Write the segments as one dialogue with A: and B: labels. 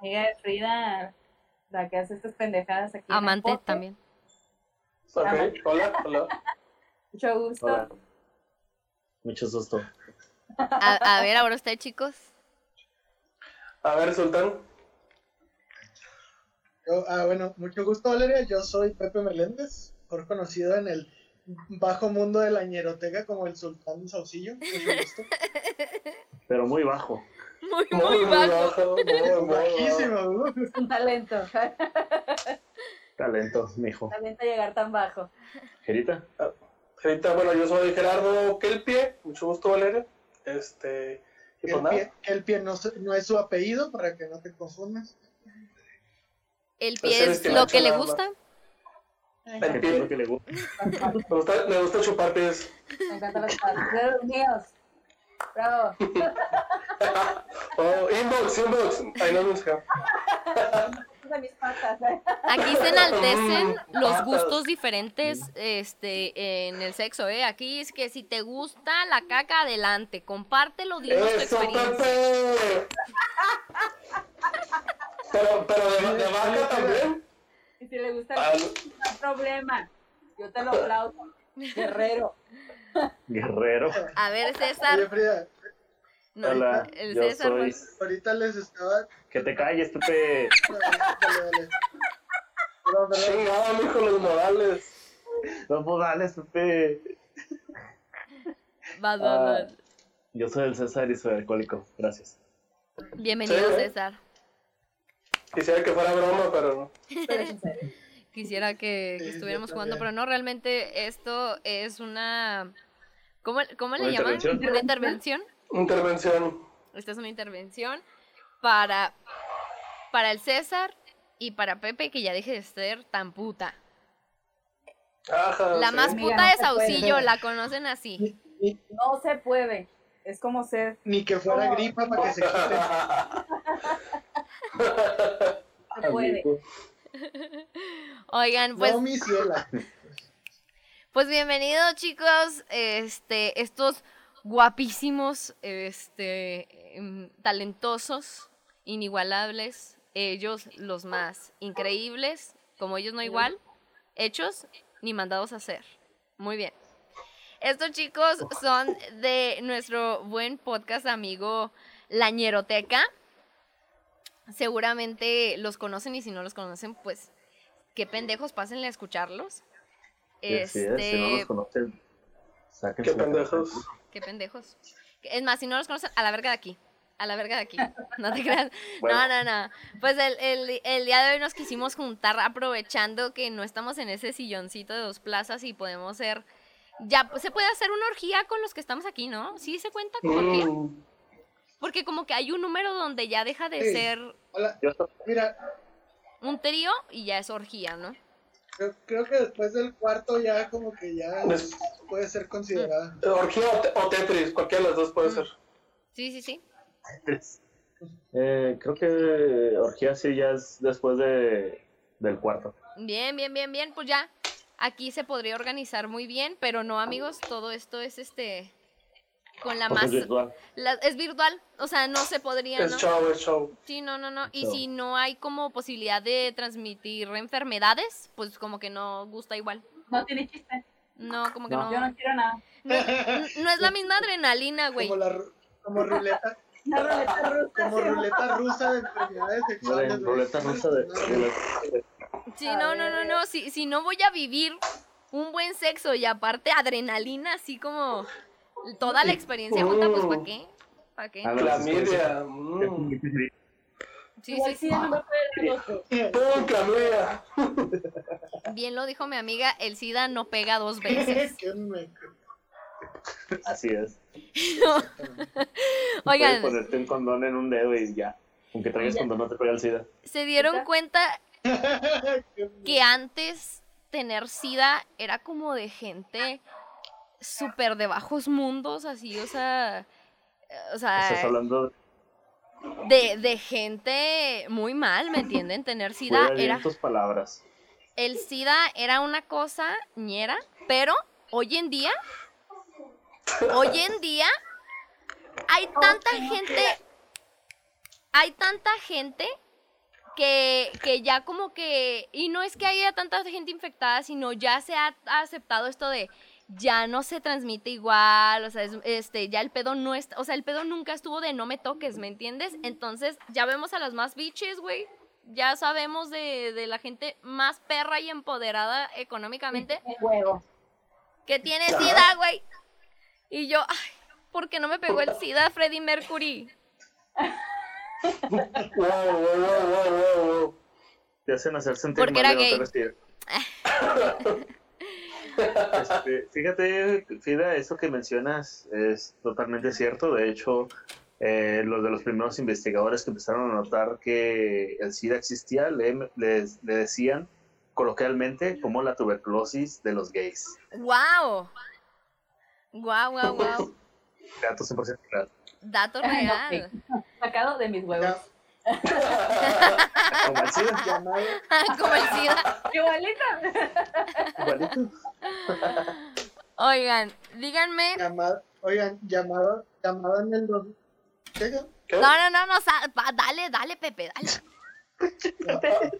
A: amiga de Frida, la que hace estas pendejadas aquí. en el
B: Amante
A: podcast.
B: también.
C: Ok,
A: Ajá.
C: hola, hola.
A: Mucho gusto.
D: Hola. Mucho gusto.
B: A, a ver, ahora usted, chicos.
C: A ver, Sultán.
E: Yo- ah, bueno, mucho gusto, Valeria. Yo soy Pepe Meléndez, mejor conocido en el bajo mundo de la ñeroteca como el Sultán de Saucillo. Mucho gusto.
D: Pero muy bajo.
B: Muy,
C: Muy
B: muy bajo.
C: muy, muy bajo.
E: Bajísimo, ¿no?
A: Es un talento.
D: Talento, mijo.
A: talento llegar tan bajo.
D: Gerita.
C: Ahorita, bueno, yo soy Gerardo Kelpie, mucho gusto, Valeria. Este, y
E: El
C: pues nada,
E: pie, el pie no, se- no es su apellido, para que no te confundas.
B: El
C: Pues
B: pie
C: eres
B: es
C: que
B: lo
C: macho
B: que le
C: nada más.
B: gusta.
C: el
D: Entiendo
C: pie.
D: que le gusta.
C: Me gusta, me gusta chupar pies.
A: Me encantan los padres. Dedos míos. Bravo.
C: Oh, inbox, inbox. Ahí nos busca.
A: Esas son mis patas.
B: Aquí se enaltecen los
C: Patas.
B: gustos diferentes este, en el sexo, ¿eh? Aquí es que si te gusta la caca, adelante. Compártelo, dinos tu
C: ¡Eso,
B: experiencia.
C: Pepe! Pero, pero de, de vaca también.
A: Y si le gusta
C: Ah,
A: el pie, no hay problema. Yo te lo aplaudo. Guerrero.
D: Guerrero.
B: A ver,
E: Oye,
B: César.
E: Frida,
B: No,
D: Hola,
B: el
D: yo
B: César.
D: soy.
B: pues.
E: ahorita les estaba. eh,
D: Que te calles, Pepe.
E: Dale, dale. Perdón, perdón.
C: chingada, mijo, los modales.
D: Los modales, Pepe.
B: Vas, vas,
D: Ah,
B: vas.
D: yo soy el César y soy alcohólico. Gracias.
B: Bienvenido,
C: sí.
B: César.
C: Quisiera que fuera broma, pero no.
A: Pero es en serio.
B: Quisiera que, que
E: Sí, yo
B: estuviéramos jugando,
E: también.
B: pero no, realmente esto es una... ¿Cómo, cómo le
D: ¿Una
B: llaman?
D: intervención?
B: ¿Una intervención?
C: Intervención.
B: Esta es una intervención para, para el César y para Pepe, que ya deje de ser tan puta.
C: Ajá.
B: La
C: sí.
B: más
A: Amiga,
B: puta
A: no
B: de
A: se puede.
B: Saucillo, la conocen así.
E: Ni, ni-
A: No se puede. Es como ser.
E: ni que fuera
A: No,
E: gripa para que se quite.
A: No se puede.
B: Oigan, pues,
E: No, mi ciela.
B: pues bienvenidos chicos, este, estos guapísimos, este, em, talentosos, inigualables, ellos los más increíbles, como ellos no igual, hechos ni mandados a hacer. Muy bien. Estos chicos son de nuestro buen podcast amigo Lañeroteca. Seguramente los conocen y si no los conocen, pues qué pendejos, pásenle a escucharlos.
D: Y así es, si no
B: Este,
D: los conocen, sáquense
C: Qué
D: la cabeza.
C: pendejos.
B: qué pendejos. Es más, si no los conocen, a la verga de aquí. A la verga de aquí. No te creas.
D: Bueno,
B: No, no, no. Pues el, el- el día de hoy nos quisimos juntar aprovechando que no estamos en ese silloncito de dos plazas y podemos ser... Ya, pues, se puede hacer una orgía con los que estamos aquí, ¿no? Sí se cuenta como orgía.
C: Mm,
B: Porque como que hay un número donde ya deja de
E: Sí.
B: ser
E: Hola,
D: yo so-
E: mira,
B: un trío y ya es orgía, ¿no?
E: yo creo que después del cuarto ya como que ya
C: Des-
E: puede ser considerada.
C: Orgía o, te- o Tetris, cualquiera de las dos
B: Mm,
C: puede ser.
B: Sí, sí, sí.
D: Eh, creo que orgía sí ya es después de, del cuarto.
B: Bien, bien, bien, bien. Pues ya aquí se podría organizar muy bien, pero no, amigos, todo esto es este... Con la
D: Porque
B: más...
D: es virtual.
B: la- es virtual, o sea, no se podría,
C: Es
B: ¿no?
C: show, es show.
B: Sí, no, no, no. Y
D: Chao.
B: si no hay como posibilidad de transmitir enfermedades, pues como que no gusta igual.
A: No tiene chiste.
B: No, como que
D: No.
B: no.
A: Yo
B: No,
A: no quiero nada.
B: no es la misma adrenalina, güey.
E: Como la ru- como ruleta,
A: Una ruleta rusa.
E: como
A: sí, ¿no?
E: ruleta rusa de enfermedades
D: De
E: sexuales. güey.
D: ruleta rusa de. de-
B: Sí,
A: A
B: no, no, no,
A: ver.
B: no. Si, si no voy a vivir un buen sexo y aparte adrenalina, así como toda la experiencia junta, pues ¿para qué? ¿Para qué?
D: A ver,
C: Clamidia.
D: es-
C: mm.
D: es- es-
B: Sí,
A: Igual
B: sí, sí.
A: sí, no me puede dar gusto.
C: ¡Pum, clamidia!
B: Bien lo dijo mi amiga, el SIDA no pega dos veces.
E: Qué me-
D: Así es. Puedes
B: Oigan,
D: ponerte un condón en un dedo y ya. Aunque traigas
A: Ya.
D: condón no te pega el sida.
B: ¿se dieron
A: ¿Neta?
B: cuenta
E: qué me-
B: que antes tener sida era como de gente súper de bajos mundos, así, o sea, eh, o
D: Estás
B: sea,
D: hablando de
B: de, de gente muy mal, ¿me entienden? Tener sida
D: cuida
B: era,
D: bien tus palabras.
B: el sida era una cosa ñera, pero hoy en día, hoy en día, hay tanta gente, hay tanta gente que, que ya como que, y no es que haya tanta gente infectada, sino ya se ha aceptado esto de ya no se transmite igual, o sea, es- este, ya el pedo no está, o sea, el pedo nunca estuvo de no me toques, ¿me entiendes? Entonces ya vemos a las más bitches, güey, ya sabemos de, de la gente más perra y empoderada económicamente
A: Huevo.
B: que tiene sida, güey. Y yo, ay, ¿por qué no me pegó el sida Freddie Mercury?
C: Wow, wow, wow, wow, wow, wow.
D: Te hacen hacer sentir
B: Porque
D: mal
B: era
D: de no te
B: gay.
D: vestir. Este, fíjate, Fida, eso que mencionas es totalmente cierto. De hecho, eh, los de los primeros investigadores que empezaron a notar que el SIDA existía le, les- le decían coloquialmente como la tuberculosis de los gays.
B: ¡Wow! ¡Wow, wow, wow!
D: Dato 100% real.
B: Dato
A: Ay,
B: real.
A: Sacado de mis huevos.
D: Como el SIDA,
E: Llamado,
B: Como el SIDA.
A: Igualita.
D: igualito.
B: Oigan, díganme.
E: llamado, oigan, llamado, llamado en el dos- ¿Qué?
C: ¿Qué?
B: No, no, no, no. sa- va, dale, dale, Pepe, dale.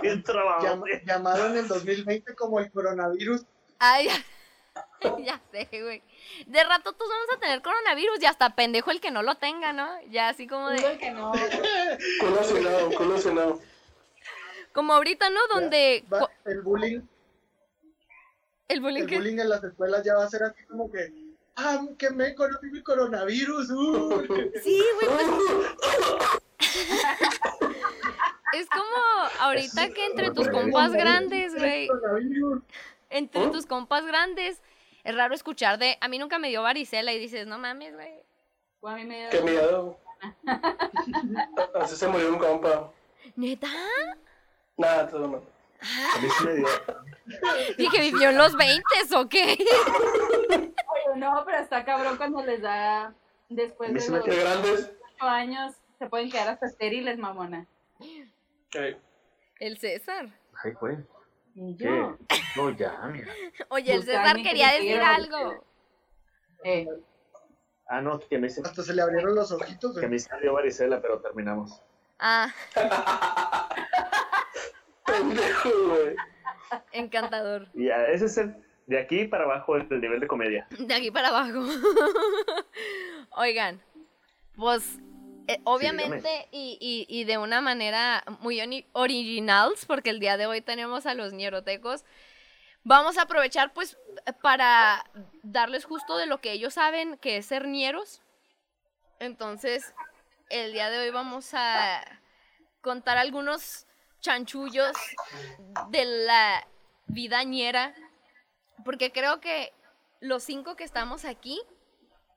D: Bien trabado,
E: Llam-
D: güey.
E: llamado en el 2020 como el coronavirus.
B: Ay, ya, ya sé, güey. De rato todos vamos a tener coronavirus y hasta pendejo el que no lo tenga, ¿no? Ya así como de.
A: Digo que no.
C: Culo asinado, culo asinado.
B: Como ahorita, ¿no? Donde.
E: Va-
B: co-
E: el bullying,
B: El bullying
E: el
B: que-
E: bullying en las escuelas ya va a ser así como que, ah, que me conocí mi coronavirus. uh".
B: Sí, güey,
C: Uh,
B: pues. Es como ahorita que entre tus compas grandes, güey.
E: Coronavirus.
B: Entre tus compas grandes. Es raro escuchar de. A mí nunca me dio varicela y dices, no mames, güey.
A: Fue a mí me dio-
C: Qué miedo. Así se murió un compa.
B: ¿Neta?
C: Nada, te lo mando.
D: A mí sí me dio-
B: Dije, ¿vivió en los 20 o qué?
A: Oye, no, pero está cabrón cuando les da después
D: A mí
A: de
D: se me
A: los
C: Qué
A: ocho
C: grandes.
A: años se pueden quedar hasta estériles, mamona.
C: Ok.
B: El César.
D: Ay, güey.
A: Y
D: ¿Qué?
A: yo,
D: No, ya, mira.
B: Oye, el
A: Buscar
B: César
A: mi
B: quería decir
A: criterio.
B: algo.
A: eh,
D: Ah, no, que me,
E: Hasta se le abrieron los ojitos. güey.
D: que me salió varicela, pero terminamos.
B: Ah,
C: Pendejo, güey.
B: encantador.
D: Y a- ese es el, de aquí para abajo el, el nivel de comedia.
B: De aquí para abajo. Oigan, pues eh, obviamente y, y- y de una manera muy oni- originals, porque el día de hoy tenemos a los nierotecos, vamos a aprovechar pues para darles justo de lo que ellos saben que es ser nieros. Entonces, el día de hoy vamos a contar algunos chanchullos de la vida ñera, porque creo que los cinco que estamos aquí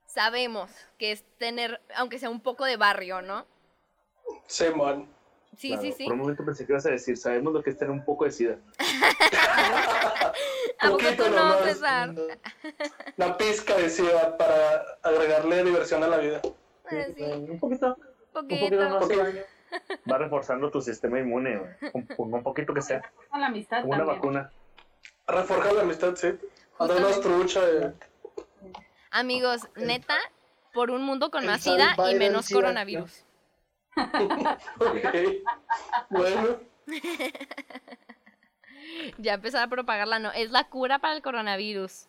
B: sabemos que es tener, aunque sea un poco de barrio, ¿no?
C: Simón.
B: Sí,
D: Claro,
B: sí, sí.
D: Por un momento pensé que ibas a decir, sabemos lo que es tener un poco de sida.
B: ¿A poco
C: Poquito
B: tú no,
C: nomás.
B: César?
C: Una pizca de sida para agregarle diversión a la vida.
B: Eh, Sí,
D: Un poquito, un poquito
B: poquito.
D: más.
C: Ok.
D: Va reforzando tu sistema inmune, güey. Con, con un poquito que sea,
A: con la amistad
D: como una
A: también.
D: vacuna.
C: Reforja la amistad, sí. Anda
B: Justamente.
C: más trucha. eh.
B: Amigos, neta, por un mundo con
E: el
B: más
E: Joe
B: sida y
E: Biden
B: menos
E: sí va-
B: coronavirus.
C: Ok. Bueno.
B: Ya empezar a propagarla, no. Es la cura para el coronavirus.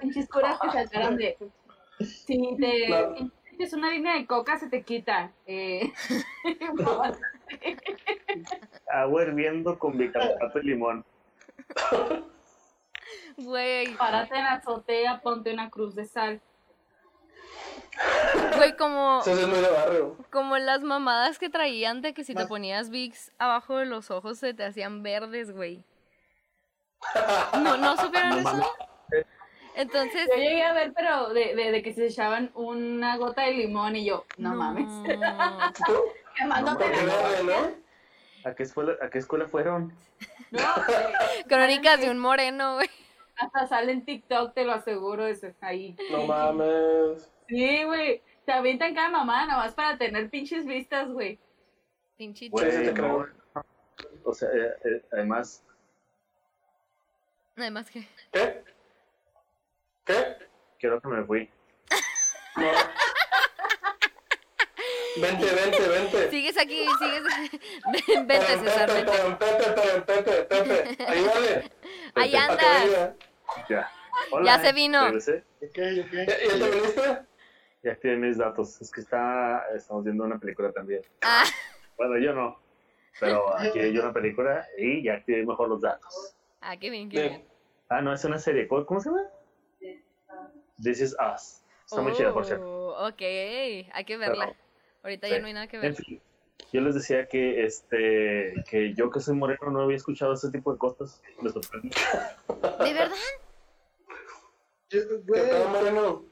A: pinches curas que saltaron de. Si te
C: Claro.
A: si es una línea de coca, se te quita. Eh,
D: Agua hirviendo con bicarbonato y limón.
B: Güey,
A: párate en la azotea, ponte una cruz de sal.
B: güey, como,
C: Eso sí es muy de barrio.
B: como las mamadas que traían de que si te
E: Más-
B: ponías Vicks abajo de los ojos se te hacían verdes, güey. ¿No, no supieron eso? Entonces,
A: Yo llegué a ver, pero de, de, de que se echaban una gota de limón y yo, no, mames. Quemándote
C: Porque
A: la-
C: verde, ¿no?
D: ¿A qué escuela, a qué escuela fueron?
A: No, eh,
B: Crónicas de un moreno, güey.
A: hasta sale en TikTok, te lo aseguro, eso ahí.
C: No mames.
A: Sí, güey. Te avientan cada mamá nomás para tener pinches vistas, güey.
B: Pinche
C: Güey. sí te
D: Bueno,
C: creo.
D: O sea, eh, eh, además,
B: Además que.
C: ¿Qué? ¿Qué?
D: creo que me fui.
C: No. Vente, vente, vente.
B: Sigues aquí, sigues. Ven- Vente,
C: Pero,
B: César,
C: Pepe,
B: vente.
C: pero, Pepe, pero, Pepe, Pepe. Ayúdale.
B: Ahí
C: pa' que
B: andas.
C: venga.
D: Ya.
B: Ya se vino.
D: regresé.
E: Ok,
D: Eh,
C: ¿Ya,
E: ok.
C: ya te viniste?
D: Ya activé mis datos. Es que está, estamos viendo una película también.
B: Ah,
D: Bueno, yo no. Pero aquí hay una película y ya activé mejor los datos.
B: ah, qué bien, qué bien.
C: Bien.
D: Ah, no, es una serie. ¿Cómo, cómo se llama? This is Us. Está muy chida, por cierto.
B: Oh, Ok, hay que verla. Ahorita ya
D: sí.
B: no hay nada que
D: En
B: ver.
D: fin, yo les decía que este que yo que soy moreno no había escuchado ese tipo de cosas. Me sorprende.
B: ¿De verdad?
E: Yo-
C: ¿Qué
E: Eh, Güey,
C: tal, Moreno?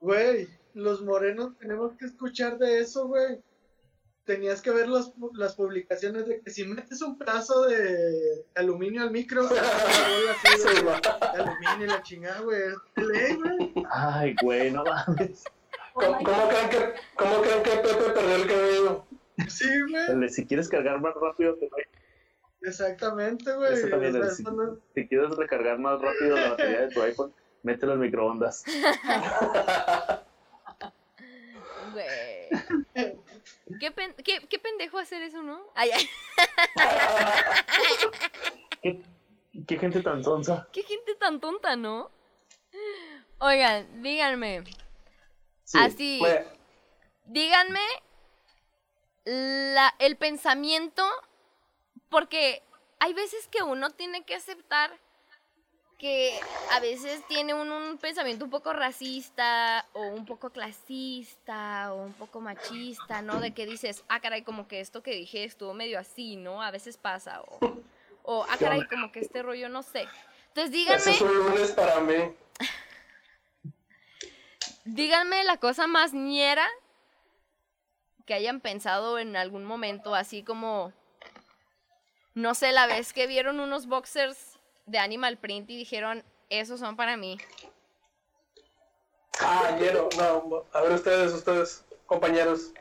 E: güey, los morenos tenemos que escuchar de eso, güey. Tenías que ver las, pu- las publicaciones de que si metes un pedazo de aluminio al micro, se vuelve así, güey, de aluminio y la chingada, güey. Es ley, güey.
D: Ay, güey, no mames.
A: Oh
C: ¿Cómo, cómo creen que, ¿Cómo creen que Pepe perdió el cabello?
E: Sí, güey.
D: Dale, si quieres cargar más rápido, te doy.
E: Exactamente, güey.
D: Eso también
E: O sea,
D: es-
E: eso no-
D: si quieres recargar más rápido la batería de tu iPhone, mételo al microondas.
B: Güey. ¿Qué, pen- qué, qué pendejo hacer eso, ¿no? Ay, ay,
D: ¿Qué, qué gente tan sonsa.
B: qué gente tan tonta, ¿no? Oigan, díganme.
D: Sí, pues,
B: así,
C: Bueno,
B: díganme la- el pensamiento, porque hay veces que uno tiene que aceptar que a veces tiene uno un pensamiento un poco racista o un poco clasista o un poco machista, ¿no? De que dices, ah, caray, como que esto que dije estuvo medio así, ¿no? A veces pasa. O, o ah, caray, como que este rollo, no sé. Entonces
C: ese
B: díganme,
C: es un lunes para mí.
B: Díganme la cosa más ñera que hayan pensado en algún momento, así como, no sé, la vez que vieron unos boxers de Animal Print y dijeron, esos son para mí.
C: Ah, Ñero. No, a ver ustedes, ustedes, compañeros.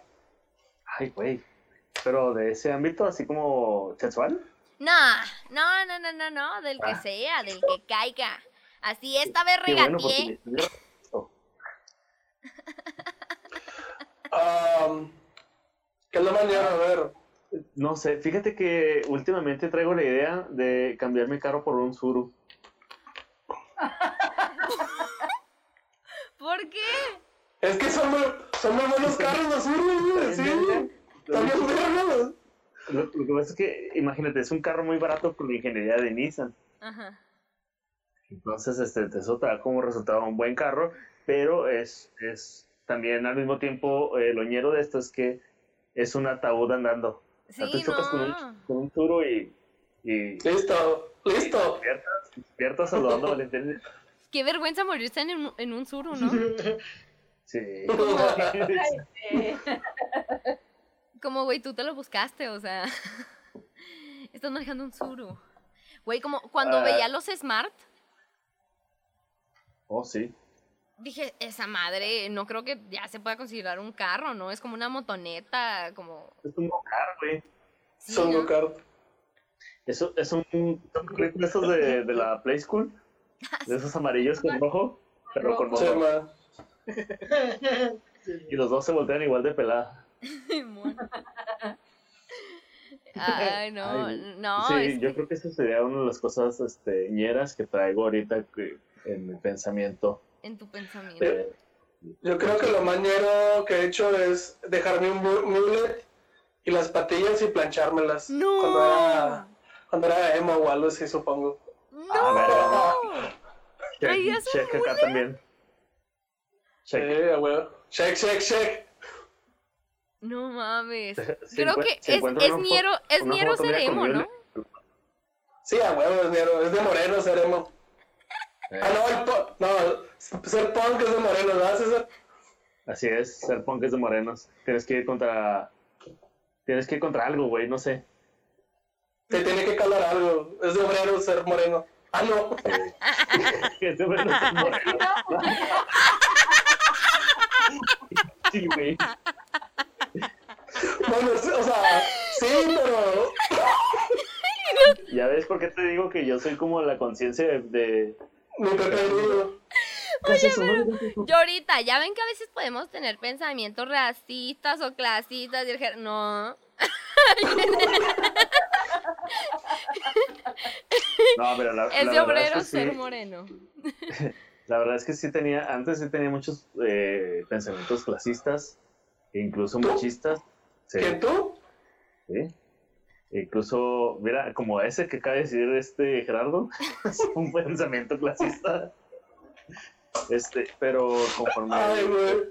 D: Ay, güey. Pero de ese ámbito, así como sexual.
B: No, no, no, no, no, no, del que
D: Ah.
B: sea, del que caiga. Así esta vez
D: Qué bueno,
B: regateé.
D: porque yo-
C: Ah, ¿Qué es lo mañana? A ver.
D: no sé, fíjate que últimamente traigo la idea de cambiar mi carro por un Zuru.
B: ¿Por qué?
C: Es que son muy, son muy buenos carros los Urus, güey. Sí, están bien buenos.
D: Lo, lo que pasa es que, imagínate, es un carro muy barato por la ingeniería de Nissan.
B: Ajá.
D: Entonces, este, eso te da como resultado un buen carro, pero es, es también al mismo tiempo eh, lo ñero de esto es que es un ataúd andando. O sea,
B: Sí,
D: tú chocas con
B: no.
D: un, con un Zuru y, y
C: Listo, listo.
D: despiertas, despiertas saludando a Valentín.
B: Qué vergüenza morirse en un, en un suru, ¿no?
D: Sí.
A: Eh,
B: Como, güey, tú te lo buscaste, o sea. Estás manejando un suru. Güey, como cuando
D: Ah.
B: veía los Smart,
D: Oh, sí.
B: dije, esa madre, no creo que ya se pueda considerar un carro, ¿no? Es como una motoneta, como.
D: Es un carro, güey.
B: sí,
C: Son
B: ¿no?
C: go-kart.
D: Eso es un. Son de esos de, de la Play School. De esos amarillos con rojo. Pero con
C: Sí,
D: motor.
C: ma.
E: Sí.
D: Y los dos se voltean igual de pelada.
B: Simón. Ay, no,
D: Ay,
B: no.
D: sí,
B: Ah, es-
D: yo creo que esa sería una de las cosas este, ñeras que traigo ahorita que- en mi pensamiento.
B: En tu pensamiento.
D: Eh,
C: Yo creo que lo mañero que he hecho es dejarme un bu- mullet y las patillas y planchármelas.
B: ¡No!
C: Cuando era, cuando era emo o algo así, supongo.
B: ¡No!
D: a Ah. che-
B: ¿Traías un
D: checa acá también.
C: Sí,
D: Checa.
C: a huevo. Check, check, check.
B: No mames.
D: Si
B: Creo
D: encue-
B: que
D: si
B: es,
D: encuentro
B: es
D: una fo-
B: niero, es
D: una
B: niero
D: foto mía
B: ser
D: con
B: emo,
D: Yule.
B: ¿no?
C: Sí, a huevo, es negro. Es de moreno ser emo.
D: Eh,
C: Ah, no, el punk. No, ser punk es de moreno, ¿verdad, César?
D: Así es, ser punk es de morenos. Tienes que ir contra. Tienes que ir contra algo, güey, no sé.
C: Te tiene que calar algo. Es de obrero ser moreno. Ah, no.
D: Que se vuelve ser moreno. Sí, güey.
C: Bueno, sí, o sea, sí, pero.
D: Ya ves por qué te digo que yo soy como la conciencia de, de-
C: Mi Pepe Grillo. digas eso, no digas eso.
B: Yo ahorita, ya ven que a veces podemos tener pensamientos racistas o clasistas. y el ger- No.
D: No, pero la,
B: Es
D: la
B: de
D: verdad
B: obrero
D: es que
B: ser
D: sí,
B: moreno.
D: La verdad es que sí tenía, antes sí tenía muchos eh, pensamientos clasistas, e incluso machistas. Sí,
C: ¿Que tú?
D: sí. Incluso, mira, como ese que acaba de decir este Gerardo, es un pensamiento clasista. Este, pero conforme,
C: Ay, güey. eh,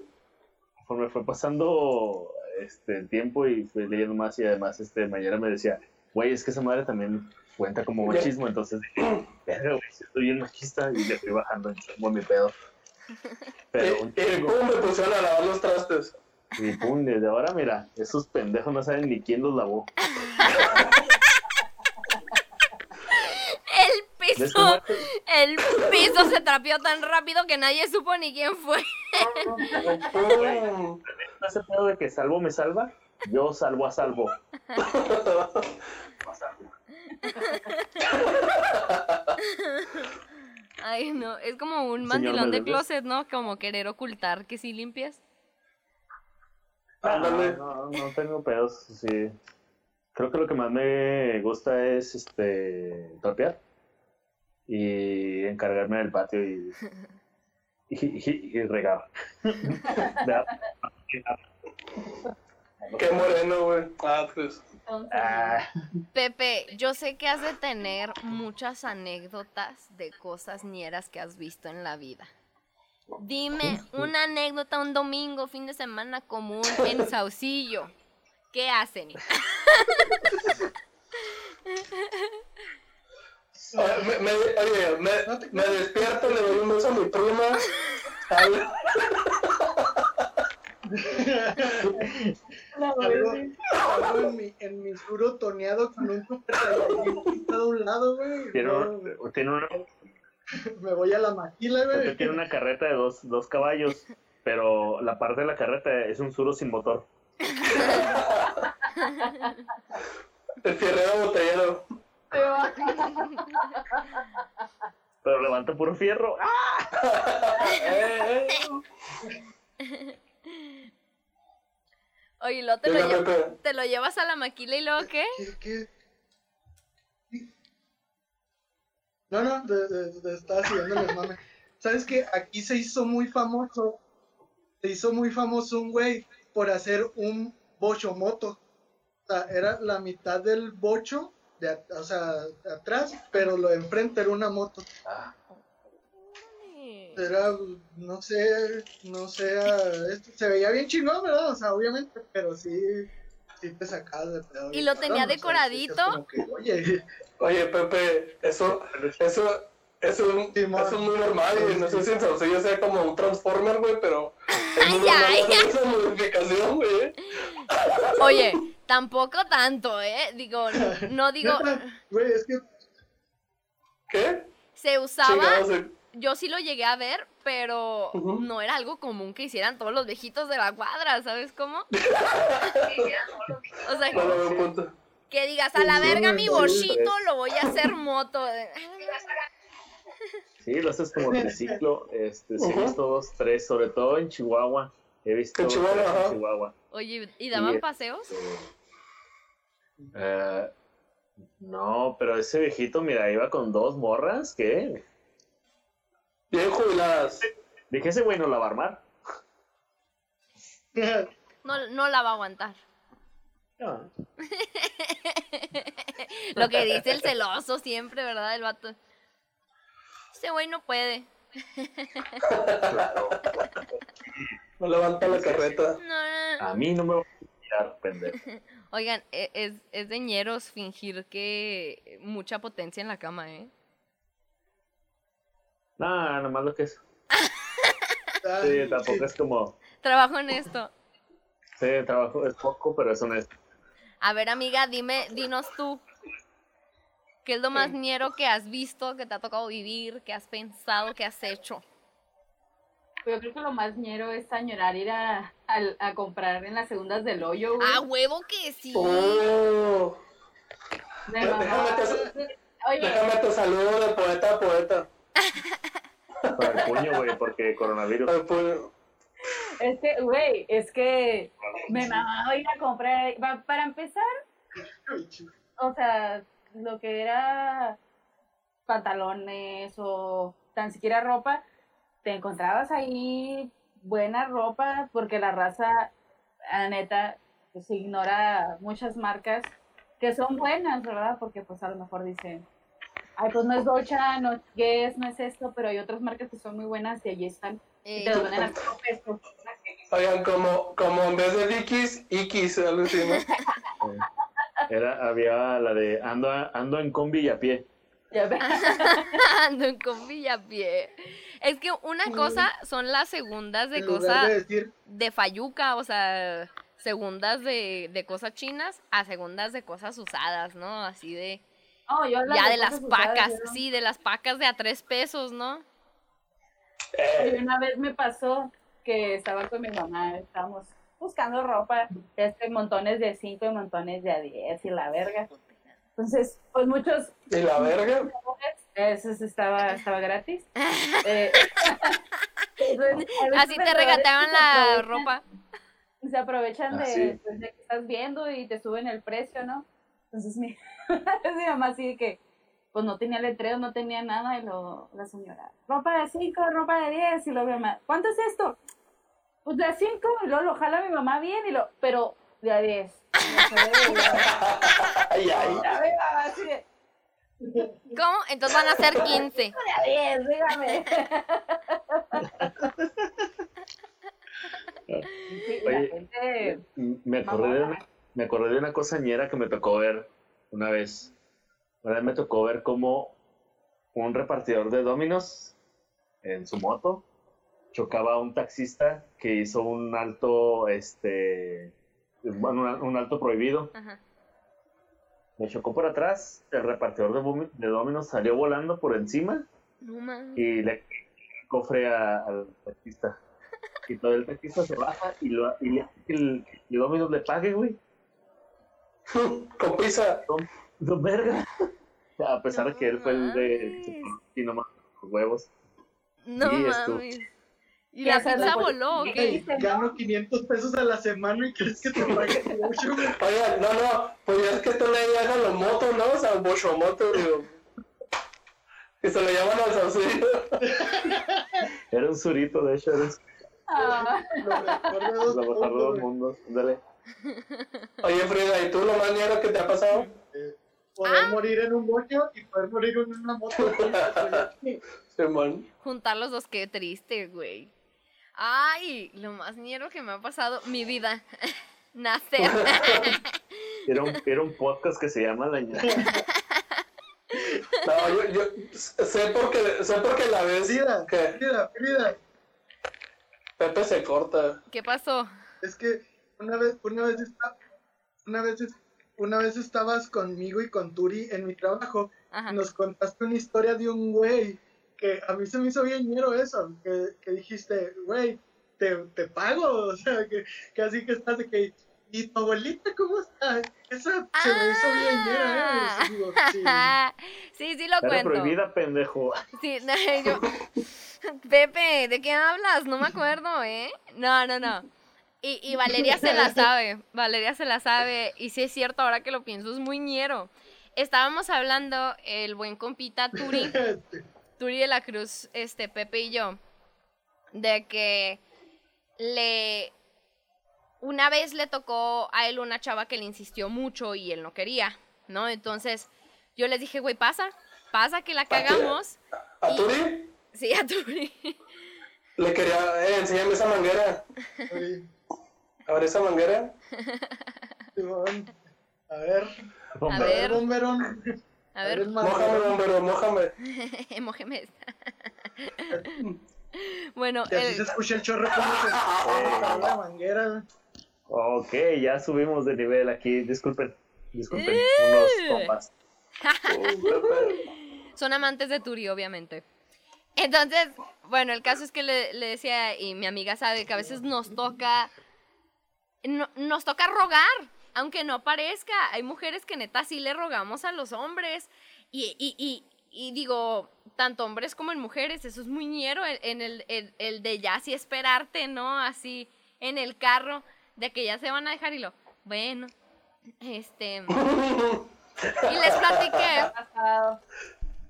D: conforme fue pasando este, el tiempo y fui leyendo más y además este mañana me decía, güey, es que esa madre también cuenta como machismo, entonces dije, verga, güey, sí estoy bien machista y le fui bajando el chumbo a mi pedo. Pero un
C: Y- y
D: chingo,
C: eh, cómo me pusieron a lavar los trastes.
D: y pum, desde ahora mira, esos pendejos no saben ni quién los lavó.
B: El
D: ¿Ves
B: piso,
D: cómo-
B: el piso se trapeó tan rápido que nadie supo ni quién fue.
C: Mm.
D: ese pedo de que salvo me salva? Yo salvo a salvo.
B: Ay, no, es como un
D: Señor
B: mandilón de
D: Meléndez.
B: closet, ¿no? Como querer ocultar que sí limpias.
C: Ándale.
D: No, no, no tengo pedos, sí. Creo que lo que más me gusta es este trapear y encargarme del patio y, y, y- y regar. Da-
C: Qué moreno, güey. Ah, pues.
A: Entonces,
D: Ah,
B: Pepe, yo sé que has de tener muchas anécdotas de cosas ñeras que has visto en la vida. Dime una anécdota un domingo, fin de semana común en Saucillo. ¿Qué hacen?
C: Ah, me, me- oye, me, me despierto, le doy un beso a mi prima. Hablo-
A: la
E: Algo,
A: verdad,
E: algo en, mi, en mi sur otoneado con un super saiyajin pintado a un lado, güey.
D: tiene,
E: No,
D: un- tiene una,
E: me voy a la maquila, güey.
D: tiene una carreta de dos, dos caballos, pero la parte de la carreta es un suro sin motor.
C: El fierrero botellero.
A: te va.
D: Pero levanta puro fierro. ¡Ah!
C: Eh, eh.
B: Oye, lo te lo,
C: Venga,
B: lle-
C: Pepe.
B: te lo llevas a la maquila y luego qué?
E: ¿Qué- qué? No, no, de, de- de- estaba siguiendo el mame. ¿Sabes qué? Aquí se hizo muy famoso. Se hizo muy famoso un güey por hacer un bochomoto. O sea, era la mitad del bocho, de, at- o sea, de atrás, pero lo de enfrente era una moto. Era, no sé, no sé, ah, esto- se veía bien chingón, ¿verdad? O sea, obviamente, pero sí, sí te sacabas de pedo.
B: ¿Y lo tenía
E: Cabrón, o sea, decías
B: decoradito?
E: como que, Oye,
C: Oye, Pepe, eso, eso, eso, es un-
E: Simón.
C: eso es muy normal. Y no sé si en Saucillo sea como un Transformer, güey, pero. Es muy
B: Ay,
C: normal
B: ay,
C: hacer esa modificación, güey.
B: Oye, tampoco tanto, ¿eh? Digo, no, no digo,
E: neta, güey, es que
C: ¿Qué?
B: se usaba,
C: Chingados, eh.
B: yo sí lo llegué a ver, pero
C: Ujú.
B: no era algo común que hicieran todos los viejitos de la cuadra, ¿sabes cómo? o sea,
C: No lo veo punto.
B: que digas, a la
E: Sí,
B: verga
E: sí,
B: mi
E: sí,
B: bochito, lo voy a hacer moto.
D: Sí, lo haces como triciclo. Este, sí,
C: Ujú.
D: he visto dos, tres, sobre todo en Chihuahua. He visto
C: En Chihuahua,
D: tres
C: ajá.
D: en Chihuahua.
B: Oye, ¿y daban
D: Sí.
B: paseos?
D: Eh, no, pero ese viejito, mira, iba con dos morras que
C: Bien jubiladas.
D: dije ese güey no la va a armar.
B: No, no la va a aguantar.
D: No.
B: Lo que dice el celoso siempre, ¿verdad? El vato. Ese güey no puede.
C: No levanta la carreta.
B: No, no, no.
D: A mí no me va a tirar, pendejo.
B: Oigan, e- es, es de ñeros fingir que mucha potencia en la cama, ¿eh?
D: No, nomás lo que es.
E: ah,
D: Sí, tampoco es como.
B: Trabajo en esto.
D: Sí, trabajo es poco, pero eso no es.
B: A ver, amiga, dime, dinos tú. ¿Qué es lo más ñero que has visto, que te ha tocado vivir, que has pensado, que has hecho?
A: Yo creo que lo más ñero es añorar ir a, al- a comprar en las segundas del hoyo, güey.
B: ¡Ah, huevo que sí!
C: Oh,
A: De mamá.
C: déjame te-
A: Oye,
C: déjame te saludo de poeta a poeta.
D: Con el puño, güey, porque coronavirus.
C: Al puño.
A: Es que, güey, es que me mamaba ir a comprar. va- Para empezar, o sea, lo que era pantalones o tan siquiera ropa, te encontrabas ahí buena ropa porque la raza, la neta, pues ignora muchas marcas que son buenas, ¿verdad? Porque pues a lo mejor dicen, ay, pues no es Dolce, no es Guess, no es esto, pero hay otras marcas que son muy buenas y allí están. Y
B: Eh,
A: te los venden a cinco pesos.
C: Oigan, como, como en vez de Dickies, Ikis, algo así, ¿no?
D: Era, había la de ando, a- ando en combi y a pie.
A: Ya ves.
B: Ah. ando en combi y a pie. Es que una
E: Sí.
B: cosa son las segundas de
E: En lugar
B: cosas
E: de decir,
B: de fayuca, o sea, segundas de, de cosas chinas a segundas de cosas usadas, ¿no? Así de...
A: No, yo hablando
B: Ya de las
A: cosas usadas,
B: pacas,
A: yo-
B: sí, de las pacas de a tres pesos, ¿no?
A: Y una vez me pasó que estaba con mi mamá, estábamos buscando ropa, este, montones de 5 y montones de a 10 y la verga. Entonces, pues muchos
C: Y la verga.
A: eso sí estaba, estaba gratis. Eh, entonces, a veces
B: Así Ah, te
A: vendedores
B: regateaban
A: se
B: la
A: aprovechan-
B: ropa.
A: Se aprovechan
D: Ah,
A: de,
D: sí.
A: pues, de que estás viendo y te suben el precio, ¿no? Entonces mi, mi mamá así de que, pues no tenía letrero, no tenía nada, y lo, la señora, ropa de 5, ropa de 10, y luego mi mamá, ¿cuánto es esto? Pues de 5, y luego lo jala mi mamá bien, y lo, pero de a 10.
C: Ay, ay.
B: ¿Cómo? Entonces van a ser 15.
A: a 10, dígame. Sí, y la
D: Oye,
A: gente-
D: Me acordé, de una, me acordé de una cosa ñera que me tocó ver una vez. Una vez me tocó ver cómo un repartidor de dominos en su moto chocaba a un taxista que hizo un alto, este, bueno, un, un alto prohibido.
B: Ajá.
D: Le chocó por atrás, el repartidor de, bumi- de dominos salió volando por encima
B: No mames.
D: y le el cofre a- al taxista. Y todo el taxista se baja y, lo, y le hace que el, que el Dominos le pague, güey.
C: Con pizza.
D: No, verga. A pesar
B: No
D: de que él fue el de.
B: mames.
D: Y no más los huevos.
B: No
D: Y esto.
B: mames. Y la
A: Esa es la
B: pizza
A: poli-
B: voló, ¿o
A: ¿Qué
B: ¿qué?
A: dice? no?
E: gano 500 pesos a la semana y crees que te pagues mucho, güey.
C: Oigan, no, no. Pues ya es que esto le llaman los motos, ¿no? O sea, bochomoto, digo. Y se lo llaman al saucillo.
D: Era un surito, de hecho, era un surito.
A: Ah,
E: Lo mejor de dos
D: Lo mejor de
E: mundos,
D: dos
E: güey.
D: mundos. Dale.
C: Oye, Frida, ¿y tú lo más ñero que te ha pasado?
B: Ah.
E: Poder morir en un bocho y poder morir en una moto. güey.
C: Simón.
B: Juntar los dos, qué triste, güey. Ay, lo más miedo que me ha pasado, mi vida. Nacer.
D: Era un, era un podcast que se llama La ña-
C: No, yo, yo sé porque, sé porque la vez
E: Frida,
C: que
E: Frida, Frida.
C: Pepe se corta.
B: ¿Qué pasó?
E: Es que una vez, una vez esta- una vez, es- una vez estabas conmigo y con Turi en mi trabajo,
B: Ajá.
E: nos contaste una historia de un güey que a mí se me hizo bien ñero eso, que, que dijiste, güey, te, te pago, o sea, que, que así que estás de que, ¿y tu abuelita cómo está? Esa se me hizo bien ñera,
B: Ah.
E: ¿eh? Digo, sí.
B: Sí, sí lo
D: Era
B: cuento.
D: prohibida, pendejo.
B: Sí, no, yo- Pepe, ¿de qué hablas? No me acuerdo, ¿eh? No, no, no. Y, y Valeria se la sabe, Valeria se la sabe. Y sí es cierto, ahora que lo pienso, es muy ñero. Estábamos hablando, el buen compita Turi, Turi de la Cruz, este, Pepe y yo, de que le... Una vez le tocó a él una chava que le insistió mucho y él no quería, ¿no? Entonces yo les dije, güey, pasa, pasa que la cagamos.
C: ¿A
B: Y-
C: Turi?
B: Sí, a Turi.
C: Le quería, eh, enséñame esa manguera.
E: Oye,
C: A ver, esa manguera.
E: Simón, a ver,
B: A
D: Hombre,
B: ver,
E: bomberón,
B: a ver,
E: el
C: Mójame,
E: mamador.
C: bombero, mójame.
B: mojeme esta. Bueno,
E: Y así se
B: el,
E: escucha el chorro como se abre la manguera, güey.
D: Ok, ya subimos de nivel aquí. Disculpen. Disculpen.
B: Eh.
D: Unos compas.
B: son amantes de Turi, obviamente. Entonces, bueno, el caso es que le, le decía, y mi amiga sabe que a veces nos toca, no- nos toca rogar, aunque no parezca. Hay mujeres que neta sí le rogamos a los hombres. Y, y- y y digo, tanto hombres como en mujeres, eso es muy ñero, el- en el, el- el de ya así esperarte, ¿no? Así en el carro, de que ya se van a dejar y lo, bueno, este... Y les platiqué,
A: pasado.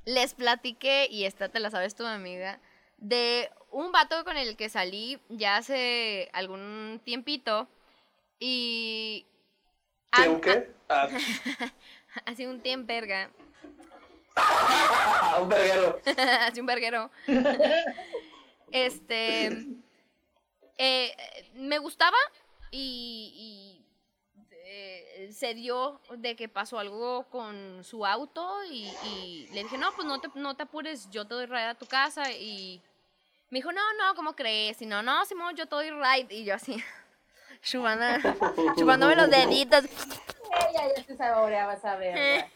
B: les platiqué, y esta te la sabes tu amiga, de un vato con el que salí ya hace algún tiempito y...
C: ¿Qué,
B: an-
C: un qué? Ah,
B: Hace un tiempo, verga.
C: ah, un verguero.
B: Así un verguero. este. eh, me gustaba y. y, eh, se dio de que pasó algo con su auto y, y le dije, no, pues no te, no te apures, yo te doy ride a tu casa y me dijo, no, no, ¿cómo crees? Y no, no, Simón, yo te doy ride y yo así, chupando, chupándome los deditos.
A: Ella Eh, ya se saboreaba esa verga.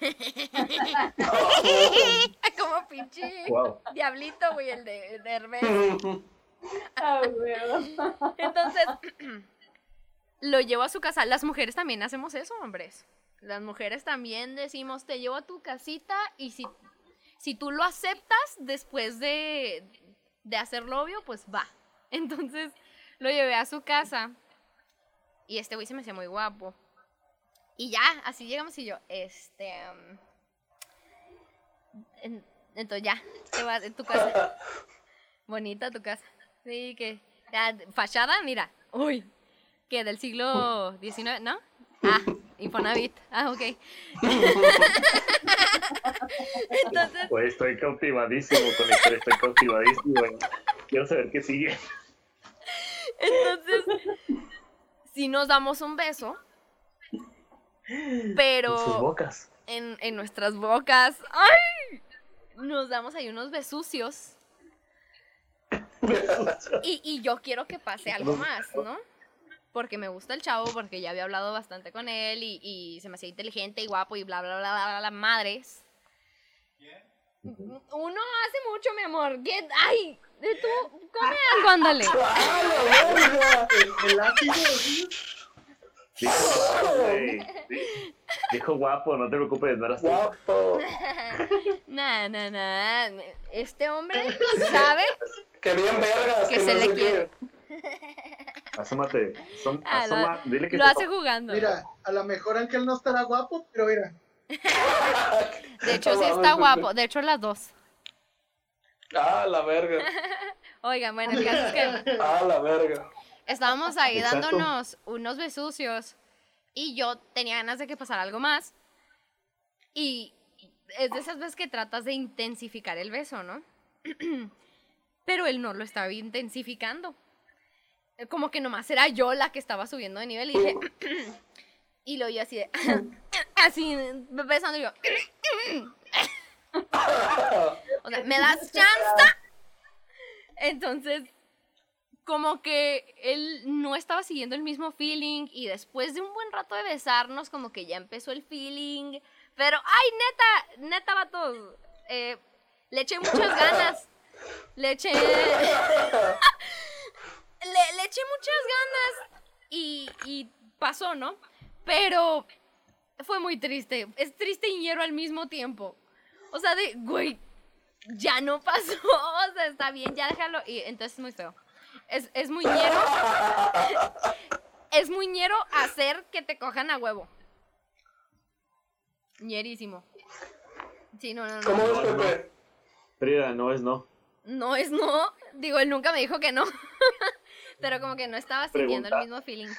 B: Como pinche
D: Wow.
B: diablito, güey, el de, de Hermes.
A: Ah, huevo.
B: Entonces, lo llevo a su casa. Las mujeres también hacemos eso, hombres. Las mujeres también decimos, te llevo a tu casita y si, si tú lo aceptas después de, de hacerlo obvio, pues va. Entonces, lo llevé a su casa y este güey se me hacía muy guapo. Y ya, así llegamos y yo, este... em, en- entonces ya, te vas de tu casa. Bonita tu casa. Sí, que. la fachada, mira. Uy. Que del siglo XIX, ¿no? Ah, Infonavit. Ah, ok. Entonces,
D: Pues estoy cautivadísimo con la historia, estoy cautivadísimo. Quiero saber qué sigue.
B: entonces. Si nos damos un beso.
D: En sus
B: Pero
D: bocas.
B: en, en nuestras bocas. ¡Ay! Nos damos ahí unos besucios. Y, y yo quiero que pase algo más, ¿no? Porque me gusta el chavo, porque ya había hablado bastante con él y, y se me hacía inteligente y guapo y bla, bla, bla, bla, bla, bla, madres. Uno hace mucho, mi amor. Get- ¡Ay! de Tú, come algo, ándale.
C: ¡Ah, la verga!
E: El, el látigo,
D: Dijo guapo, güey. Di- Dijo guapo, no te preocupes, no eras tú.
C: Guapo.
B: Nah, nah, nah. Este hombre sabe
C: Que bien vergas.
B: Que se
C: no
B: le
C: sé qué.
B: quiere.
D: Asómate. asom-
B: Ah, lo-
D: asoma- Dile que
B: Lo
D: te-
B: hace jugando.
E: mira, a lo mejor Ángel no estará guapo, pero mira,
B: De hecho, sí
C: Vamos,
B: está
C: vamos.
B: guapo. De hecho, las dos.
C: Ah, la verga.
B: Oigan, bueno, el caso es que
C: Ah, la verga.
B: estábamos ahí
D: Exacto.
B: dándonos unos besucios y yo tenía ganas de que pasara algo más. Y es de esas veces que tratas de intensificar el beso, ¿no? Pero él no lo estaba intensificando. Como que nomás era yo la que estaba subiendo de nivel y dije... y lo yo así de... así, besando y yo... O sea, ¿me das chance? Entonces, como que él no estaba siguiendo el mismo feeling y después de un buen rato de besarnos, como que ya empezó el feeling. Pero, ay, neta, neta, vatos, eh, le eché muchas ganas. Le eché... le, le eché muchas ganas y, y pasó, ¿no? Pero fue muy triste. Es triste y ñero al mismo tiempo. O sea, de, güey, ya no pasó. O sea, está bien, ya déjalo. Y entonces es muy feo. Es, es muy ñero. es muy ñero hacer que te cojan a huevo. Ñerísimo. Sí, no, no, no.
C: ¿Cómo ves,
D: No, no.
C: Pepe?
D: Frida, no es no.
B: No es no. Digo, él nunca me dijo que no. Pero como que no estaba sintiendo el
D: Pregunta.
B: mismo feeling.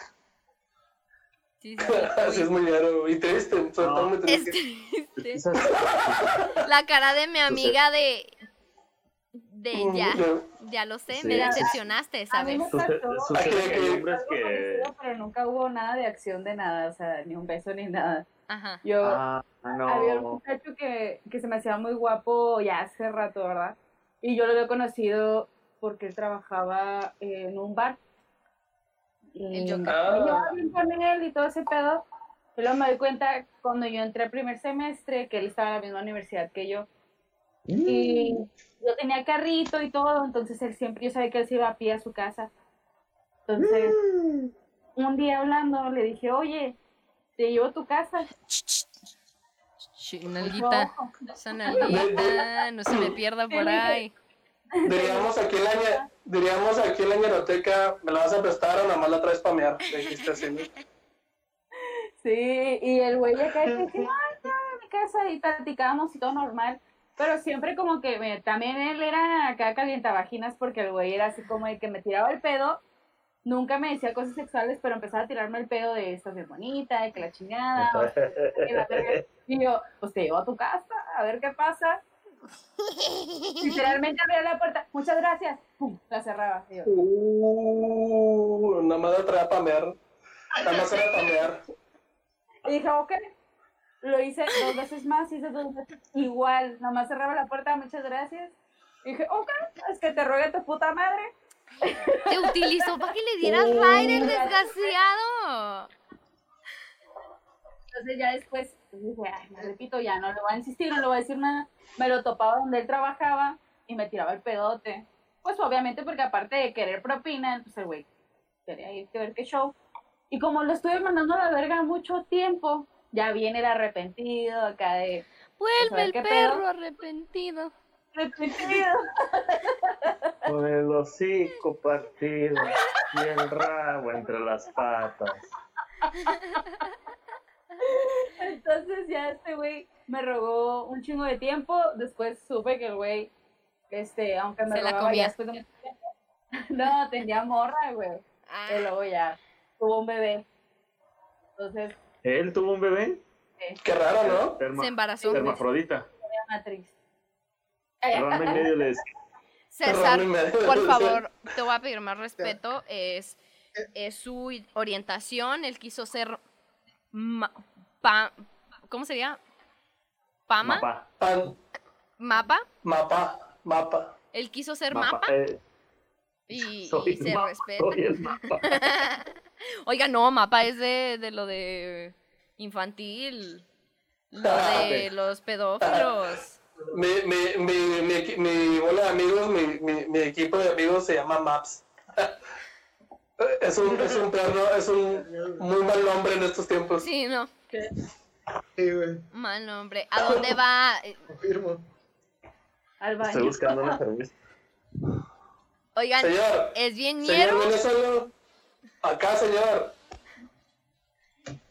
B: Sí, sí, sí.
C: Así es muy raro y triste, totalmente
B: Es
C: triste.
B: triste.
D: Esas-
B: La cara de mi amiga de. De ya.
C: Mm,
B: Ya lo sé, me
D: Mm, Sí.
B: decepcionaste,
A: A mí
B: ¿sabes?
A: me
D: Suce-
A: pasó.
D: Sucede que hay hombres
A: algo
D: que.
A: parecido, Pero nunca hubo nada de acción de nada, o sea, ni un beso ni nada.
B: Ajá.
A: Yo
D: Ah,
A: había un
D: no.
A: muchacho que, que se me hacía muy guapo ya hace rato, ¿verdad? Y yo lo había conocido porque él trabajaba en un bar. Y
B: El Joker.
A: me
C: Ah,
A: llevaba bien con él y todo ese pedo. Y luego me doy cuenta cuando yo entré al primer semestre que él estaba en la misma universidad que yo.
D: Mm.
A: Y yo tenía carrito y todo, entonces él siempre, yo sabía que él se iba a pie a su casa. Entonces, un día hablando, le dije, oye, te llevo a tu casa.
B: Sh- Nalguita. Esa nalguita. No se me pierda por ahí.
C: Diríamos aquí, en la, ñe- diríamos aquí en la ñeroteca, ¿me la vas a prestar o nada más la traes para mear? Le dijiste así, ¿no?
A: Sí, y el güey acá que sí, ay, ya, a mi casa y platicábamos y todo normal. Pero siempre como que me- también él era acá calientavaginas porque el güey era así como el que me tiraba el pedo. Nunca me decía cosas sexuales, pero empezaba a tirarme el pedo de estás bien bonita, de que la chingada. o sea, que la verga". Y yo, pues te llevo a tu casa, a ver qué pasa. Literalmente abría la puerta, muchas gracias, pum, la cerraba. Y yo,
C: Uh, nada más la traía para mear. Nada más era para mear.
A: Y dije, ok. Lo hice dos veces más, hice dos veces igual. Nomás cerraba la puerta, muchas gracias. Y dije, ok, es que te rogue tu puta madre.
B: Te utilizó para que le dieras
D: Oh.
B: ride el desgraciado.
A: Entonces ya después dije, ay, me repito, ya no le voy a insistir, no le voy a decir nada. Me lo topaba donde él trabajaba y me tiraba el pedote. Pues obviamente porque aparte de querer propina, pues el güey quería ir que ver qué show. Y como lo estuve mandando a la verga mucho tiempo, ya viene el arrepentido acá de...
B: Vuelve el
A: ¿qué pedo?
B: perro arrepentido.
A: Arrepentido.
D: Con el hocico partido y el rabo entre las patas.
A: Entonces ya este güey me rogó un chingo de tiempo. Después supe que el güey, este, aunque me
B: Se la
A: rogaba ya
B: comía.
A: después de mucho tiempo, no, tenía morra, güey. Y
B: Ah,
A: luego ya tuvo un bebé. Entonces,
D: Él tuvo un bebé.
C: Qué raro, ¿no?
D: Herma-
B: se embarazó.
D: Hermafrodita.
A: era una actriz.
D: Rama y medio le decía.
B: César,
C: Raro y medio.
B: por favor, te voy a pedir más respeto. Es, es su orientación. Él quiso ser. ma- pa- ¿Cómo sería? ¿Pama? ¿Mapa?
D: Mapa.
C: Pan, mapa, mapa.
B: Él quiso ser
D: Mapa.
B: mapa,
D: Eh,
B: y,
D: soy
B: y se
D: mapa,
B: respeta.
D: soy el mapa.
B: Oiga, no, mapa es de, de lo de infantil. Lo de los pedófilos.
C: Mi, mi, mi, mi, equi- mi bola de amigos, mi, mi, mi equipo de amigos se llama Maps. Es un, es un perro, es un muy mal nombre en estos tiempos.
B: Sí, no.
E: Sí, güey,
B: Mal nombre. ¿A dónde va? Eh,
E: confirmo.
A: Al baño.
D: Estoy buscando una cerveza.
B: Oigan,
C: Señor,
B: ¿es bien
C: señor,
B: ñero?
C: viene solo. Acá, señor.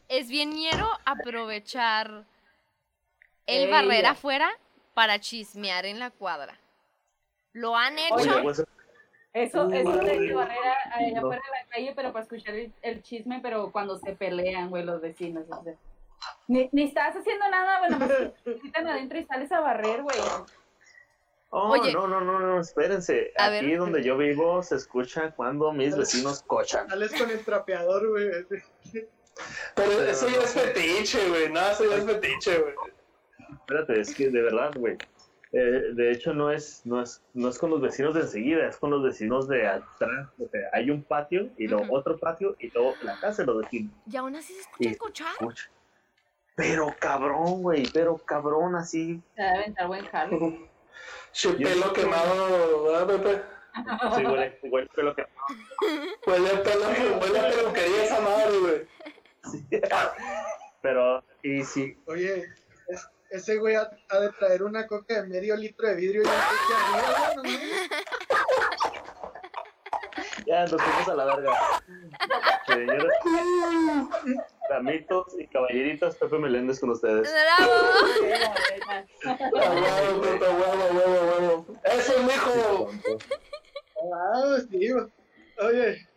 B: Es bien ñero aprovechar el
A: Ey.
B: barrera afuera para chismear en la cuadra. ¿Lo han
D: Oye,
B: hecho?
D: pues,
A: Eso, eso de que
D: No.
A: barrera allá afuera de la calle, pero para escuchar el, el chisme, pero cuando se pelean, güey, los vecinos. o sea. Ni, ni estás haciendo nada, bueno, pues gritan adentro y sales a barrer, güey.
D: Oh,
B: Oye.
D: no, no, no, no, espérense.
B: A
D: Aquí
B: ver.
D: donde yo vivo se escucha cuando mis vecinos cochan.
E: Sales con el trapeador, güey.
C: Pero eso ya es fetiche, güey. No, eso ya es fetiche, güey.
D: Espérate, es que de verdad, güey. Eh, de hecho, no es, no, es, no es con los vecinos de enseguida, es con los vecinos de atrás. O sea, hay un patio y luego
B: Ujú.
D: otro patio y luego la casa de los vecinos.
B: Y aún así se escucha el
D: Sí.
B: cochar.
D: Escucha. Pero cabrón, güey, pero cabrón, así.
A: Se va a aventar buen jalo.
C: Su pelo quemado, ¿verdad, Pepe?
D: Sí, huele, huele pelo que.
C: Huele a pelo, huele a peluquería esa madre, güey.
D: Pero, y sí,
E: Oye, es- ese güey ha, ha de traer una coca de medio litro de vidrio y un coche arriba, güey, no mames.
D: ya nos fuimos a la verga. Señores, damitos y caballeritas, Pepe Meléndez con ustedes.
B: ¡Bravo!
A: Sí, la verdad.
C: A huevo, Pepe, a huevo, a huevo, a huevo. Eso, mijo.
E: Ah, sí, güey. Oye,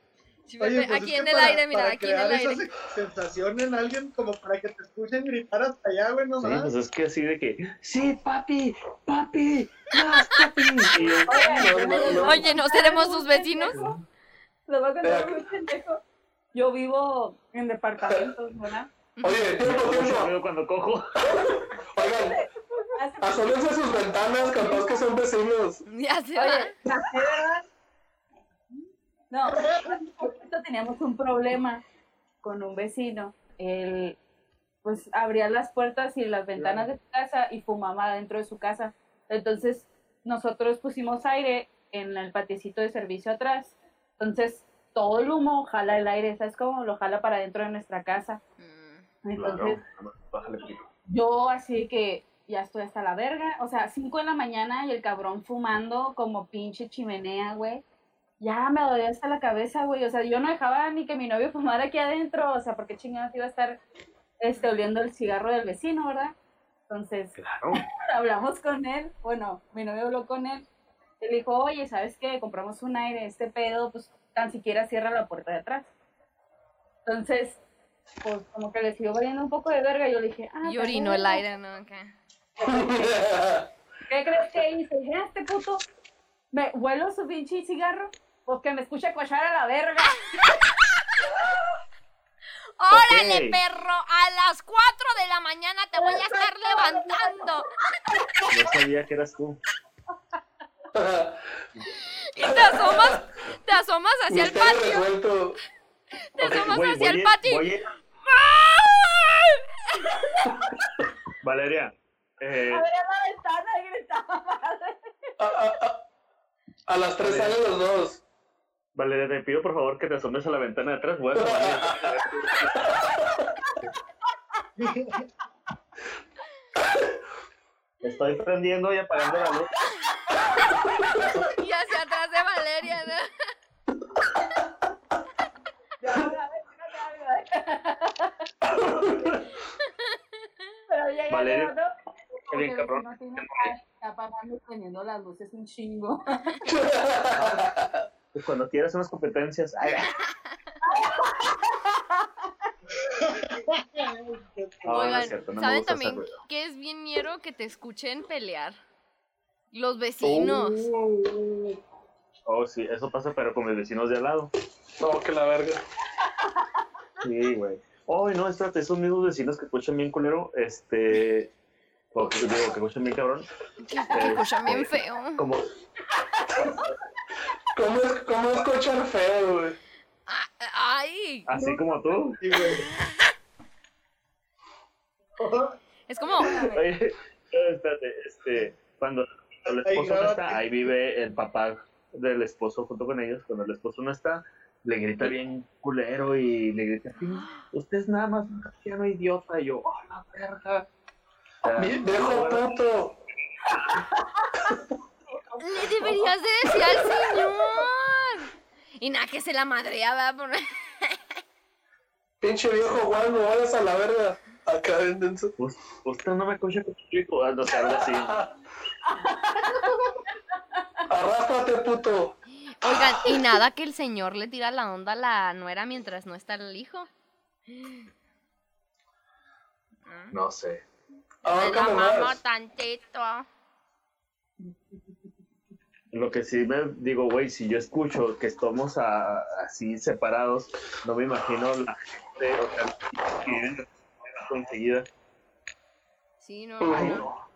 B: Sí,
E: oye,
B: Pepe,
E: pues
B: aquí
E: es
B: en
E: que
B: el
E: para-
B: aire, mira,
E: para
B: aquí en el
E: crear
B: aire.
E: esa se- sensación en alguien como para que te escuchen gritar hasta allá, güey, no
D: Sí,
E: más.
D: pues es que así de que, sí, papi, papi, más papi. Y yo,
A: Oigan,
C: No, no, no.
B: Oye, ¿no seremos sus
A: un
B: vecinos?
A: pendejo. Les voy a contar un pendejo. Yo vivo en departamentos, ¿verdad?
C: Oye, tiempo,
D: ¿cómo se
C: tiempo.
D: veo cuando cojo?
C: Oigan,
A: Hace-
C: asómense a sus ventanas, capaz que son vecinos.
B: Ya se va.
A: Oye, ¿de verdad? No, nosotros teníamos un problema con un vecino. Él, pues, abría las puertas y las ventanas de su casa y fumaba dentro de su casa. Entonces, nosotros pusimos aire en el patiecito de servicio atrás. Entonces, todo el humo jala el aire, ¿sabes cómo? Lo jala para dentro de nuestra casa.
B: Mm.
A: Entonces,
D: Claro, bájale poquito.
A: Yo así que ya estoy hasta la verga. O sea, 5 de la mañana y el cabrón fumando como pinche chimenea, güey. Ya me dolía hasta la cabeza, güey. O sea, yo no dejaba ni que mi novio fumara aquí adentro. O sea, porque chingada te iba a estar este, oliendo el cigarro del vecino, ¿verdad? Entonces,
D: Claro.
A: hablamos con él, bueno, mi novio habló con él, él dijo, oye, ¿sabes qué? Compramos un aire, este pedo, pues tan siquiera cierra la puerta de atrás. Entonces, pues como que le siguió valiendo un poco de verga, y yo le dije, ah,
B: Y orinó el
A: perdón,
B: aire, ¿no? Acá.
A: ¿Qué crees que hice? Dije, "Ah, este puto, me vuelo su pinche cigarro, pues que me escuche cochar a la verga.
B: ¡Órale,
D: Ok.
B: perro! A las 4 de la mañana te voy a estar levantando.
D: Yo sabía que eras tú.
B: Y te asomas, te asomas hacia el
C: Misterio
B: patio.
C: resuelto.
B: Te
D: Ok,
B: asomas
D: voy-
B: hacia
D: voy
B: el
D: a-
B: patio. y-
D: voy a- Valeria, eh,
A: Abría la ventana y gritaba, madre.
C: A, a- a- a las tres
D: Vale.
C: salen los dos.
D: Valeria, te pido por favor que te asomes a la ventana de atrás. Voy a tomar mi- Estoy prendiendo y apagando la luz.
B: Y hacia atrás de Valeria, ¿no?
A: Ya, a ver, fíjate algo. Pero llega
D: Valeria,
A: el otro,
D: qué bien,
A: porque
D: cabrón,
A: no tiene
D: qué
A: nada, Está apagando y prendiendo las luces un chingo.
D: Pues Cuando quieras unas competencias. Ay, Ah, no, no es
B: Oigan,
D: cierto,
B: ¿saben
D: no me gusta hacer
B: también
D: ruido.
B: que es bien ñero que te escuchen pelear? Los vecinos.
D: Oh, sí, eso pasa, pero con mis vecinos de al lado.
C: No, que la verga.
D: Sí, güey. Ay, no, espérate, esos mismos vecinos que escuchan bien culero, este. o que- digo, que escuchan bien cabrón.
B: Que, que escuchan bien
D: este,
B: feo.
D: Como,
C: ¿Cómo es, cómo es cochar feo, güey?
B: Ah, Ay,
D: así como tú.
E: Sí, güey.
B: es como,
D: Este, Oye, no, espérate, este, cuando el
E: Ay,
D: esposo no
E: grábate.
D: está, ahí vive el papá del esposo junto con ellos. Cuando el esposo no está, le grita bien culero y le grita así: Usted es nada más un cristiano idiota. Y yo, ¡oh, la verga! O sea,
C: Mi- Viejo pues. puto.
B: le deberías de decir al señor. Y nada, que se la madreaba. Por...
C: Pinche viejo Juan, me vayas a la verga. Acá venden su-
D: "Us- pues, Usted no me escucha con su chico. Ah, no, o sea, algo así.
C: Arrástrate, puto.
B: Oigan, y nada que el señor le tira la onda a la nuera mientras no está el hijo.
D: No sé.
B: Ay, Ah, la
C: Ahorcame
B: mamá
C: más.
B: tantito.
D: Lo que sí me digo, güey, si yo escucho que estamos a- así separados, no me imagino la gente, o sea, que viven enseguida.
B: Sí, no, no,
D: Ay,
B: no.
D: no.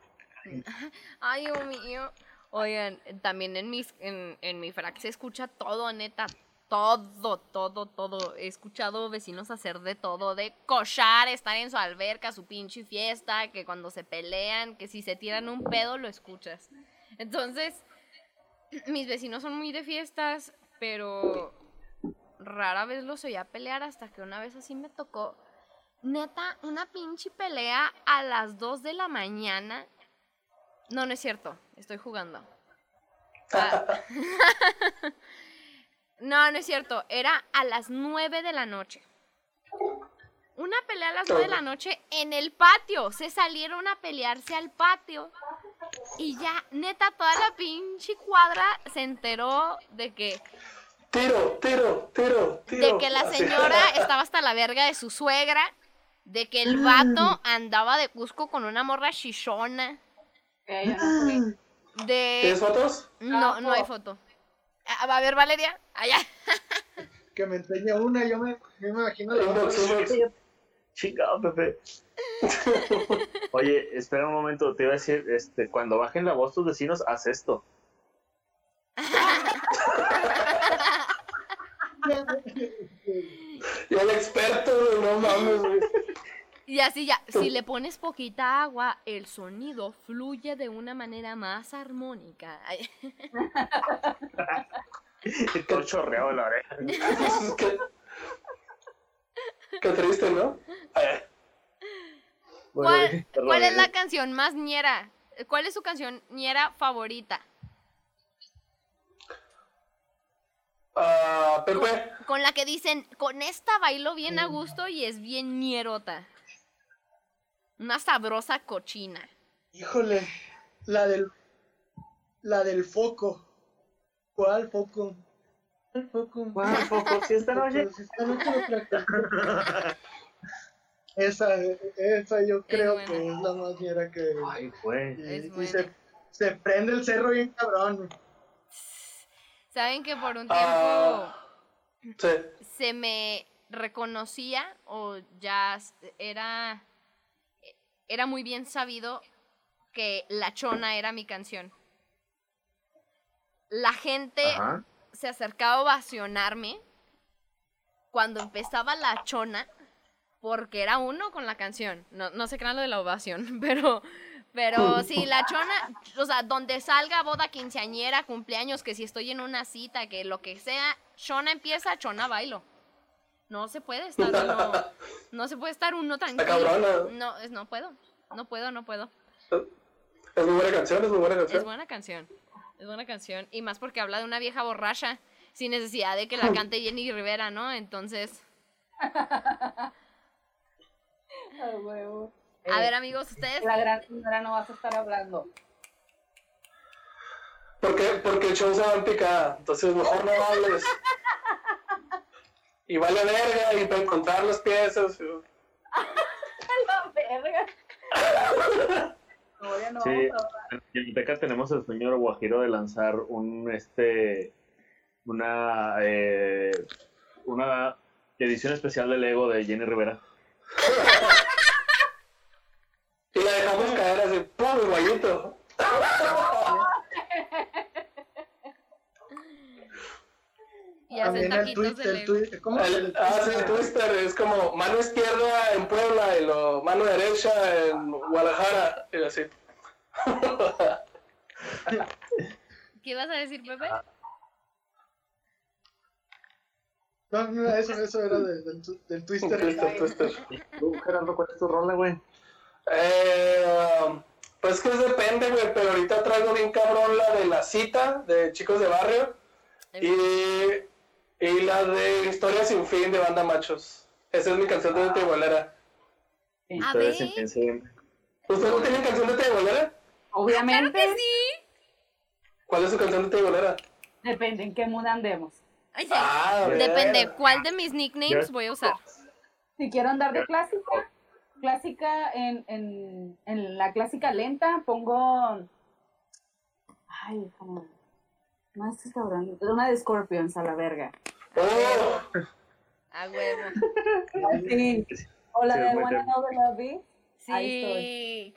B: Ay, Dios mío. Oigan, también en, mis, en, en mi frac se escucha todo, neta. Todo, todo, todo. He escuchado vecinos hacer de todo, de cochar, estar en su alberca, su pinche fiesta, que cuando se pelean, que si se tiran un pedo lo escuchas. Entonces, mis vecinos son muy de fiestas, pero rara vez los oía pelear hasta que una vez así me tocó. Neta, una pinche pelea a las 2 de la mañana no, no es cierto. Estoy jugando. Ah. no, no es cierto. Era a las 9 de la noche. Una pelea a las 9 de la noche en el patio. Se salieron a pelearse al patio. Y ya, neta, toda la pinche cuadra se enteró de que,
C: Tiro, tiro, tiro, tiro.
B: de que la
C: Así.
B: señora estaba hasta la verga de su suegra. De que el vato andaba de Cusco con una morra chichona.
A: Eh, yo no fui.
B: De...
C: ¿Tienes fotos?
B: No, no hay foto. Ah, ¿Va a ver Valeria? Allá.
E: Que me enseña una, yo me, yo me imagino la otra.
C: Inbox, inbox.
D: Chingado, Pepe. Oye, espera un momento, te iba a decir, este, cuando bajen la voz tus vecinos, haz esto.
C: Y el experto, güey, no mames, güey.
B: Y así ya, si le pones poquita agua, el sonido fluye de una manera más armónica. Ay,
D: Y todo chorreado en la oreja.
C: Qué, qué triste, ¿no? Ay,
B: ¿Cuál, cuál
D: eh.
B: es la canción más ñera? ¿Cuál es su canción ñera favorita?
C: Ah, Pepe,
B: Con la que dicen, con esta bailo bien a gusto y es bien ñerota. Una sabrosa cochina.
E: Híjole, la del la del foco. ¿Cuál foco? ¿Cuál foco?
D: ¿Cuál foco? Si esta noche.
E: Pues, esta noche lo practico. esa, esa yo creo
B: buena.
E: que es la más mierda que
D: Ay, güey.
E: y,
B: Es
E: y
B: buena.
E: se, se prende el cerro bien cabrón.
B: Saben que por un tiempo
C: Ah. sí.
B: se me reconocía o ya s- era era muy bien sabido que La Chona era mi canción. La gente
D: Ajá.
B: se acercaba a ovacionarme cuando empezaba la chona, porque era uno con la canción. No, no sé qué era lo de la ovación, pero, pero sí, la chona, o sea, donde salga boda, quinceañera, cumpleaños, que si estoy en una cita, que lo que sea, chona empieza, chona bailo. No se puede estar uno, no se puede estar uno
C: Está
B: tranquilo.
C: cabrona.
B: No, es- no puedo, no puedo, no puedo.
C: Es muy buena canción, es muy buena
B: Es
C: canción.
B: buena canción. Es buena canción. Y más porque habla de una vieja borracha. Sin necesidad de que la cante Jenny Rivera, ¿no? Entonces.
A: Ah, huevo.
B: A
E: Eh,
B: ver, amigos, ustedes.
A: La gran señora no vas a estar hablando.
C: Porque, porque el show se va en picada, entonces mejor no hables. Y vale verga, y para encontrar las piezas. y-
A: La verga. No, ya no
D: Sí.
A: vamos a hablar.
D: En Yucateca tenemos al señor Guajiro de lanzar un este una eh, una edición especial del Lego de Jenny Rivera.
C: Y la dejamos caer así, ¡pum! igualito.
B: Y hacen
E: También el
B: taquitos de
E: Twitter,
B: Lego.
E: Twitter, ¿cómo?
C: El, ah, sí, el twister es como mano izquierda en Puebla y lo, mano derecha en Guadalajara. Y así.
B: ¿Qué vas a decir, Pepe?
E: Ah, No, no, eso, eso era de- del, tu- del
C: Un twister,
E: Twister.
C: twister.
D: Tú, Gerardo, ¿cuál es tu rola, güey?
C: Eh, um, pues que depende, güey, pero ahorita traigo bien cabrón la de la cita de Chicos de Barrio y, y la de Historia Sin Fin de Banda Machos. Esa es mi canción de Tebolera.
B: A
D: Ustedes
B: ver.
D: empiecen.
C: ¿Ustedes no tienen canción de Tebolera?
A: Obviamente,
B: ¡Claro que sí!
C: ¿Cuál es su canción de Tebolera?
A: depende en qué mood andemos.
B: Ay, sí.
C: Ah,
B: Depende
C: verga.
B: cuál de mis nicknames voy a usar.
A: Si quiero andar de clásica, clásica en, en, en la clásica lenta, pongo. Ay, como. No, esto está hablando. Una de Scorpions a la verga.
C: Oh,
B: A huevo.
A: Sí. O la
D: Sí,
A: de
D: muy
A: Wanna
D: bien.
A: Know the Love Beat.
B: Sí.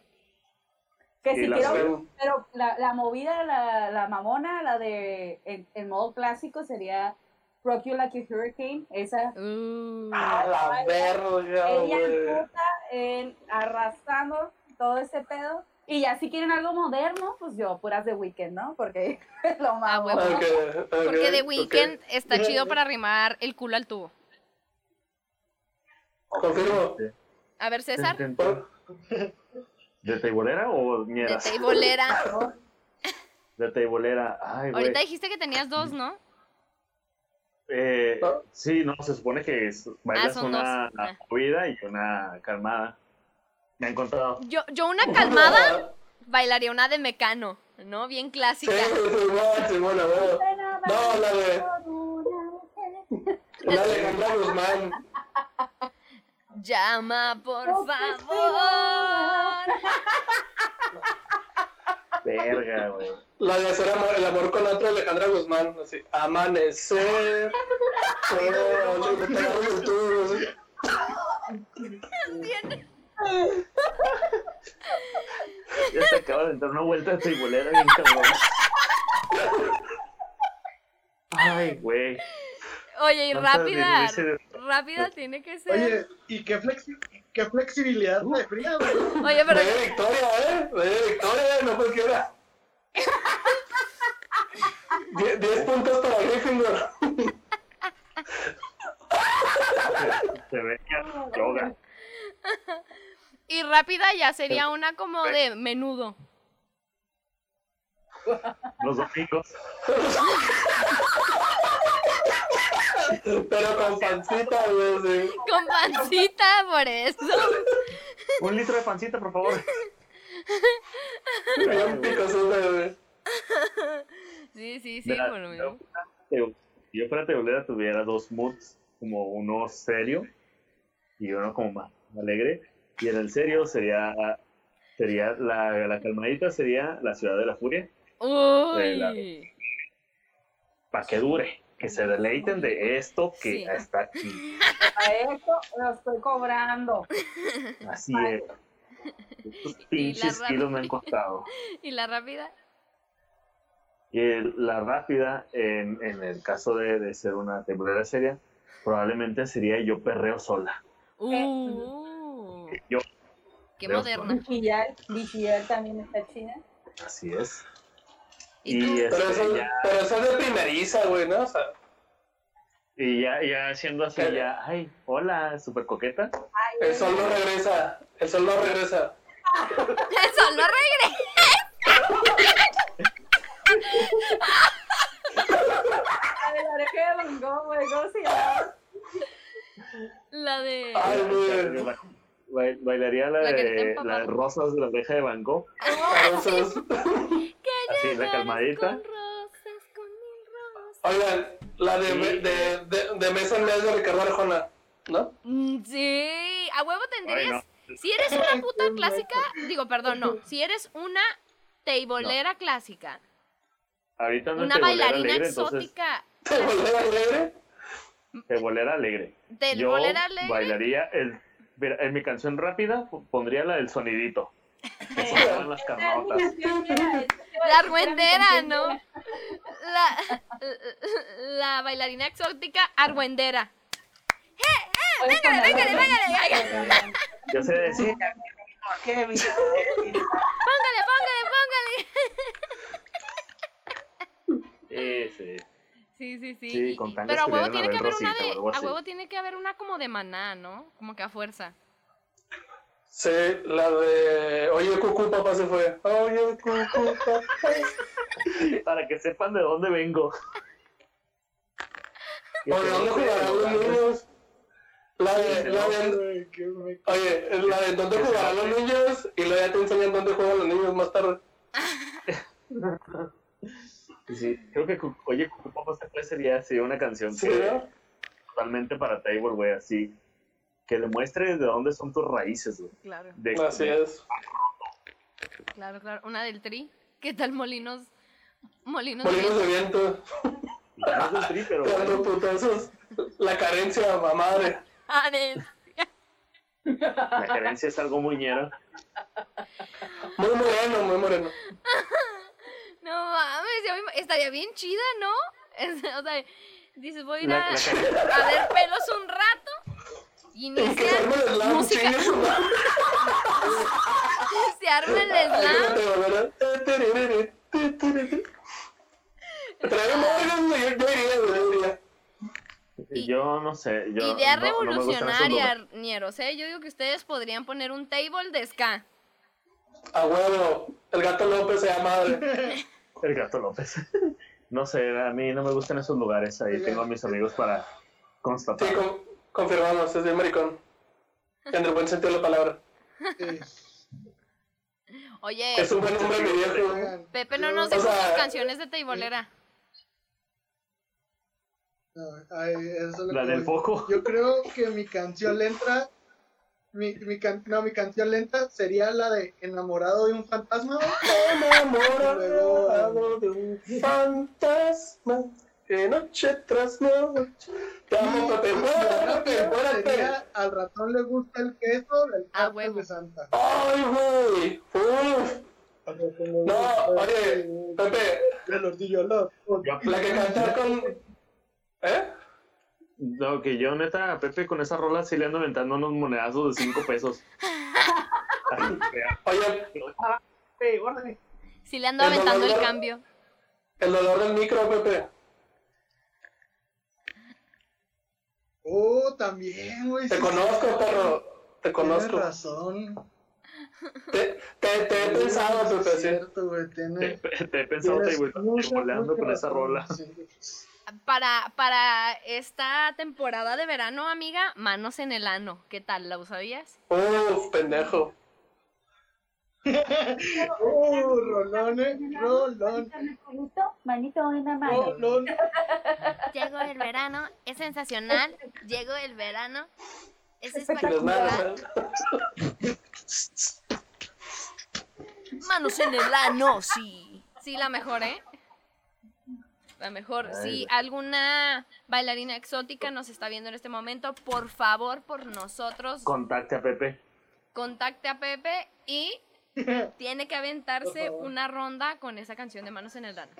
A: Que
D: Y
A: si
D: la
A: quiero.
C: suel-
A: Pero la, la movida, la, la mamona, la de. En, en modo clásico sería Rock You Like a Hurricane. Esa.
B: Uh,
C: a la verga,
A: ella en
C: güey.
A: puta, en- arrastrando todo ese pedo. Y ya si quieren algo moderno, pues yo, puras de weekend, ¿no? Porque es lo más
B: Ah, huevo.
C: Ok, ok,
B: porque de
C: ok.
B: weekend está chido para arrimar el culo al tubo.
C: Confirmo.
B: A ver, César, de
D: ¿De teibolera o ñeras?
B: teibolera.
D: De teibolera. Ay, güey.
B: Ahorita dijiste que tenías dos, ¿no?
D: Eh, sí, no, se supone que es- bailas
B: son
D: una
B: dos. Ah.
D: movida y una calmada. Me han contado.
B: Yo, yo una calmada bailaría una de mecano, ¿no? Bien
C: Sí,
B: clásica.
C: Simón, Simón, a huevo. No, la de. La de Alejandra Guzmán.
B: Llama, por
A: No, pues,
B: favor.
D: Verga, güey.
C: La de hacer amor, el amor con la otra de Alejandra Guzmán. Así, amanecer. Pero, no te agarres tú, así.
D: Ya se acaba de entrar una vuelta de tribolera bien cabrón. Ay, güey.
B: Oye, y
D: Tanta
B: rápida.
D: desgracia de-
B: Rápida tiene que ser. Oye,
E: Oye, y qué, flexi qué flexibilidad la de Frida, güey.
B: pero
D: pues.
C: Vaya victoria, ¿eh? Vaya victoria, no cualquiera. Die- Diez puntos para Gryffindor.
D: Se, se ve que hace yoga.
B: Y rápida ya sería una como de menudo.
D: Los domingos.
C: Pero con pancita, güey. sí.
B: Con pancita, por eso.
D: Un litro de pancita, por favor.
C: Bien picosuda, güey.
B: Sí, sí, sí,
D: Mira,
B: por lo menos.
D: yo fuera teu- si yo fuera tebolera tuviera dos moods, como uno serio y uno como más alegre. Y en el serio sería, sería la, la calmadita sería la ciudad de la furia,
B: Uy.
D: para que dure, que se deleiten de esto que
B: Sí.
D: está aquí.
A: A esto lo estoy cobrando.
D: Así
A: Ay.
D: es. Estos
B: Y la
D: pinches
B: rap-
D: kilos me han costado.
B: ¿Y la rápida?
D: Eh. Y el- la rápida, en, en el caso de, de ser una temporada seria, probablemente sería yo perreo sola.
B: Uh.
D: Yo,
B: Qué
D: Dios,
B: moderna.
A: Vigillar, vigillar también está chida.
D: así es.
B: ¿Y
D: Y,
B: tú?
D: este,
C: Pero eso,
D: ya,
C: pero eso es de primeriza, güey, ¿no? O sea,
D: y ya, ya siendo así,
C: Pero-
D: ya, ay, hola, super coqueta.
A: Ay,
C: el sol no regresa. El sol no regresa.
B: Eso, no regresa.
A: la de la oreja de Van Gogh, güey, ¿cómo se llama?
B: La de.
C: Ay, güey.
D: Ba- ba- Bailaría la
B: La que te
D: de
B: empaparon.
D: las rosas de la oreja de Van Gogh,
C: Para esos-
D: así, la calmadita.
B: Con rosas, con mil rosas.
C: Oigan, la de,
D: Sí.
C: de, de, de mes en mes de Ricardo Arjona, ¿no?
B: Mm, Sí, a huevo
D: Ay, no.
B: tendrías. Si eres una puta clásica, digo, perdón, no. Si eres una teibolera clásica,
D: Ahorita no
B: una
D: te volera
B: bailarina
D: alegre, entonces
B: exótica,
C: ¿Te volver alegre?
D: te volera alegre. Yo
B: teibolera alegre,
D: bailaría el, mira, en mi canción rápida po- pondría la del sonidito. Que sonaban las
A: Esa es mi
C: pues.
D: carnotas.
A: canción, mira, esa es mi
B: la argüendera,
A: canción,
B: ¿no?
A: mira.
B: La, la bailarina exótica argüendera. Véngale, véngale, véngale, véngale,
D: Yo sé decir,
B: póngale, póngale, póngale.
D: Ese.
B: Sí, sí, sí.
D: Sí,
B: y-
D: con tangas
B: pero a huevo
D: pudieran
B: tiene que
D: haber
B: haber una
D: rosita o
B: de,
D: algo
B: a
D: así.
B: huevo tiene que haber una como de maná, ¿no? Como que a fuerza.
C: Sí, la de Oye Cucu papá se fue. Oye Cucu papá.
D: Para que sepan de dónde vengo.
C: ¿Por dónde jugarán los niños? La de, la de,
E: Ay, qué me-
C: oye, la de dónde jugarán los niños y luego ya te enseñan dónde juegan los niños más tarde.
D: Sí, creo que, cu- oye, Cucu Papá se fue sería así una canción
C: Sí,
D: que-
C: ¿no?
D: totalmente para Table, güey, así. Que le muestre de dónde son tus raíces, güey.
B: Claro,
D: De,
C: Así
D: de-
C: es.
B: claro, claro. Una del tri. ¿Qué tal molinos? Molinos.
C: Molinos de viento,
D: no es del tri, pero
C: dando
D: bueno,
C: putazos. La carencia, mamá madre.
B: Ares.
D: la carencia es algo muy ñero.
C: Muy moreno, muy moreno.
B: No mames, ya me ima- estaría bien chida, ¿no? Es- o sea, dices, voy a ir
D: La-
B: a,
D: la
B: a ver pelos un rato. Y
C: Y que
B: inicia,
C: se arme el slam,
B: música.
C: chingue su madre.
B: se arma el
C: Ay, que no
B: slam.
C: te volverá. Tiririri, tiririri. Traer un móvil, yo, yo iría, güey, yo iría.
B: Y-
D: yo no sé. Yo,
B: Idea
D: no- no me gustan esos
B: revolucionaria, ñeros, ¿eh? Yo digo que ustedes podrían poner un table de ska.
C: A huevo, el gato López sea madre.
D: lugares. El gato López. no sé, a mí no me gustan esos lugares. Ahí tengo a mis amigos para
C: Sí,
D: constatar.
C: con- confirmamos, es bien maricón. En el buen sentido de la palabra.
E: eh,
B: Oye,
C: Es un buen hombre, mi viejo.
E: oigan,
B: Pepe, no
E: yo-
B: nos
C: O
B: dejes
C: sea,
B: tus canciones de teibolera.
E: No, ay, eso es lo
D: La
E: que
D: del
E: voy.
D: foco.
E: Yo creo que mi canción lenta, mi, mi can- no, mi canción lenta sería la de Enamorado de un fantasma. güey.
C: Enamorado de un fantasma que noche tras noche te amo, Pepe.
E: La
C: Muérete,
E: rápida
C: muérete.
E: sería Al ratón le gusta el queso del
B: A
E: pastel
B: Ah, huevo.
E: de Santa.
C: Ay, güey. Uf.
E: Al ratón le
C: No,
E: gusta el
C: oye,
E: queso
C: Pepe,
E: del ordillo, no.
D: Yo apl-
C: la que cantar con. ¿Eh?
D: No, que yo, neta, a Pepe con esa rola sí le ando aventando unos monedazos de 5 pesos. Ay, fea.
C: Oye,
B: Si le ando
C: El
B: aventando el
C: dolor-
B: cambio.
C: el dolor del micro, Pepe.
E: Oh, también, güey.
C: Te
E: sí,
C: conozco,
E: Oh, sí.
C: perro. Te
E: Tienes
C: conozco.
E: razón.
C: Te, te, te he pensado, tú
E: es
C: te
E: cierto, güey, tiene...
D: Te, te he pensado, te
E: tienes
D: güey,
E: mucha,
D: volando
E: mucha
D: con esa
E: razón,
D: rola.
E: sí.
B: Para, para esta temporada de verano, amiga, manos en el ano. ¿Qué tal? ¿La usabías?
C: Uf, pendejo.
E: Uh, rolón, eh, rolón.
A: Manito, manito en la mano.
E: Rolón.
B: Llegó el verano, es sensacional. Llegó el verano, es
C: Y las manos,
B: espectacular.
C: ¿eh?
B: Manos en el ano, sí. Sí, la mejor, ¿eh? La mejor.
D: Ay,
B: Si
D: güey.
B: alguna bailarina exótica nos está viendo en este momento, por favor, por nosotros,
D: Contacte a Pepe.
B: contacte a Pepe y tiene que aventarse una ronda con esa canción de Manos en el ano.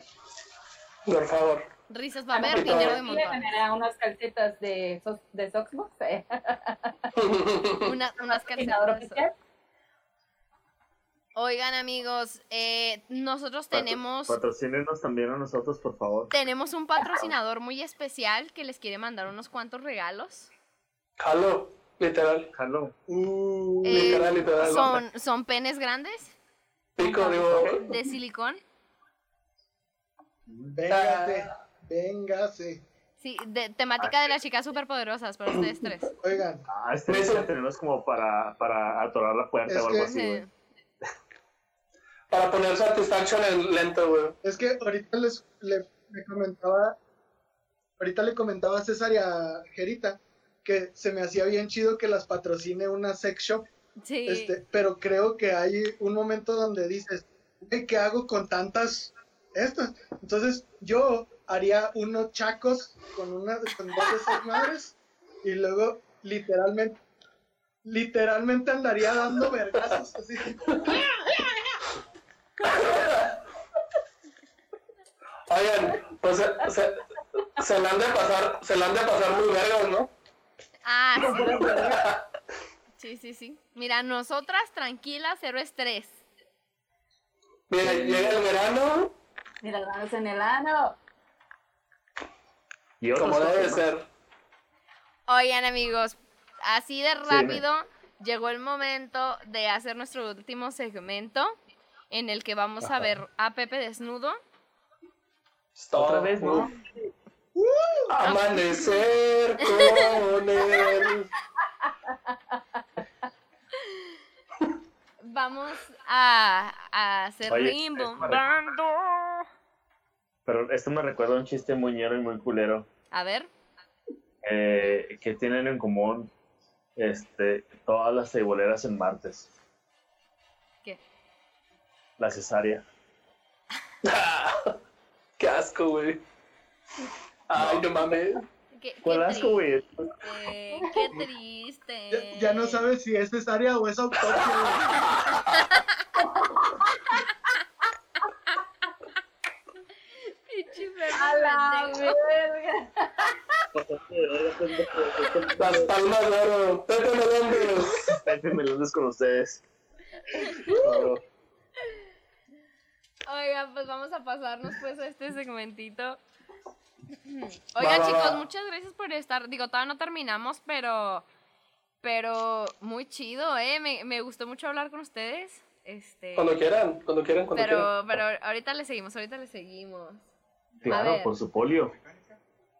C: Por favor.
B: Risas va
D: Ah,
B: a haber, dinero de montón.
A: Ganará unas calcetas de, Sox- de Soxbox, eh,
B: Una- unas
A: patrocinador
B: calcetas.
A: oficial.
B: Oigan, amigos, eh, nosotros
D: Patro-
B: tenemos,
D: Patrocínenos también a nosotros, por favor.
B: tenemos un patrocinador muy especial que les quiere mandar unos cuantos regalos.
C: Jalo, literal.
D: Jalo.
C: Uh,
B: Eh,
C: literal, literal.
B: Son, son penes grandes
C: Pico, digo.
B: de silicón.
E: Véngase, véngase.
B: Sí, de, temática de las chicas superpoderosas para ustedes tres.
E: Oigan,
D: Ah, este
C: Pues
D: ya tenemos como para, para atorar la puerta
E: Es
D: o algo
E: que-
D: así, güey.
B: Eh,
C: Para poner satisfaction en lento, güey.
E: Es que ahorita les, le, le comentaba, ahorita le comentaba a César y a Gerita que se me hacía bien chido que las patrocine una sex shop,
B: Sí,
E: este, pero creo que hay un momento donde dices, "Güey, ¿qué hago con tantas estas? Entonces yo haría unos chacos con una con dos de esas madres y luego literalmente literalmente andaría dando vergazos así.
C: Oigan, pues se, se, se la han de pasar, se la han de pasar muy vergas, ¿no?
B: Ah, sí. Sí, sí, sí. Mira, nosotras tranquilas, cero estrés.
C: Mira, llega el verano,
A: Y las manos en el ano.
D: Y otros
C: como debe de
D: temas.
C: ser.
B: Oigan, amigos, así de rápido llegó el momento de hacer nuestro último segmento en el que vamos a ver a Pepe desnudo.
D: Otra vez, ¿no?
C: Uf. Amanecer con él.
B: Vamos a, a hacer
D: Oye,
B: limbo.
D: es correcto. Pero esto me recuerda a un chiste muñero y muy culero.
B: A ver,
D: eh, que tienen en común este, todas las ceboleras en martes.
B: ¿qué?
D: La cesárea.
C: Qué asco, güey. Ay, no mames.
B: ¿Qué, qué
D: ¿Cuál asco, güey?
B: triste, qué triste.
E: Ya, ya no sabes si es cesárea o es autopsia. güey.
B: Pinche
A: A la
B: Pepe, pendejo.
A: verga.
C: Las palmas de oro. Pepe Melendez.
D: Pepe Meléndez con ustedes. Oh,
B: Oigan, pues vamos a pasarnos pues a este segmentito.
C: Va,
B: Oigan,
C: va,
B: chicos,
C: va.
B: muchas gracias por estar. Digo, todavía no terminamos, pero pero muy chido, eh. Me, me gustó mucho hablar con ustedes. Este,
C: Cuando quieran, cuando quieran, cuando
B: pero
C: quieran.
B: pero ahorita le seguimos, ahorita le seguimos. A
D: claro,
B: ver.
D: por su polio.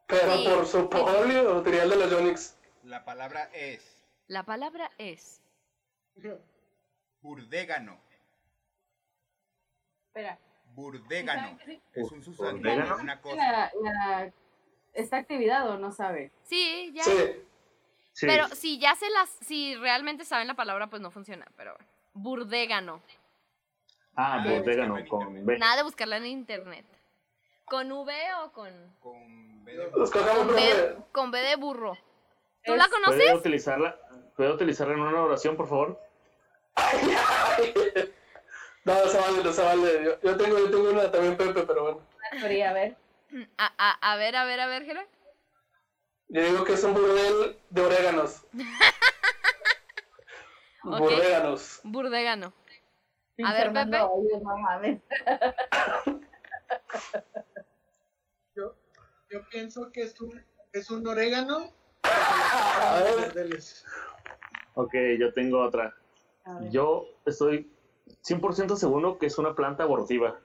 C: Pero
B: sí.
C: por su polio, diría el de los Yonix.
F: La palabra es
B: La palabra es
F: burdégano.
A: Espera.
F: Burdégano.
A: ¿Saben
F: Es
A: ¿Saben
F: un sustantivo,
D: ¿Burdégano?
F: de una
A: que sí?
F: cosa.
A: La, la, ¿Esta actividad o no sabe?
B: Sí, ya.
C: Sí.
D: Sí,
B: Pero si ya se las si realmente saben la palabra, pues no funciona, pero bueno. burdégano.
D: Ah,
F: Ah,
D: bordégano
F: está
D: con B.
B: Nada de buscarla en internet. ¿Con V o con
F: Con B de
C: Los cogemos,
B: con B,
C: profe.
B: con B de burro? ¿Tú
A: Es-
B: la conoces?
D: ¿Puede utilizarla, ¿Puede utilizarla en una oración, por favor?
C: No, se vale, no se vale. Yo, yo tengo, yo tengo una también, Pepe, pero bueno.
A: Una teoría, a ver.
B: A, a- a ver, a ver, a ver, Jera.
C: Yo digo que es un burdel de oréganos.
B: Ok.
C: Burréganos.
B: Burdegano.
A: Pinche
B: ver,
A: Armando,
B: Pepe.
A: oye, no mames.
E: Yo, yo pienso que es un, es un orégano.
C: A ver,
E: Verdeles.
D: Ok, yo tengo otra.
A: A ver.
D: Yo estoy 100% seguro que es una planta abortiva.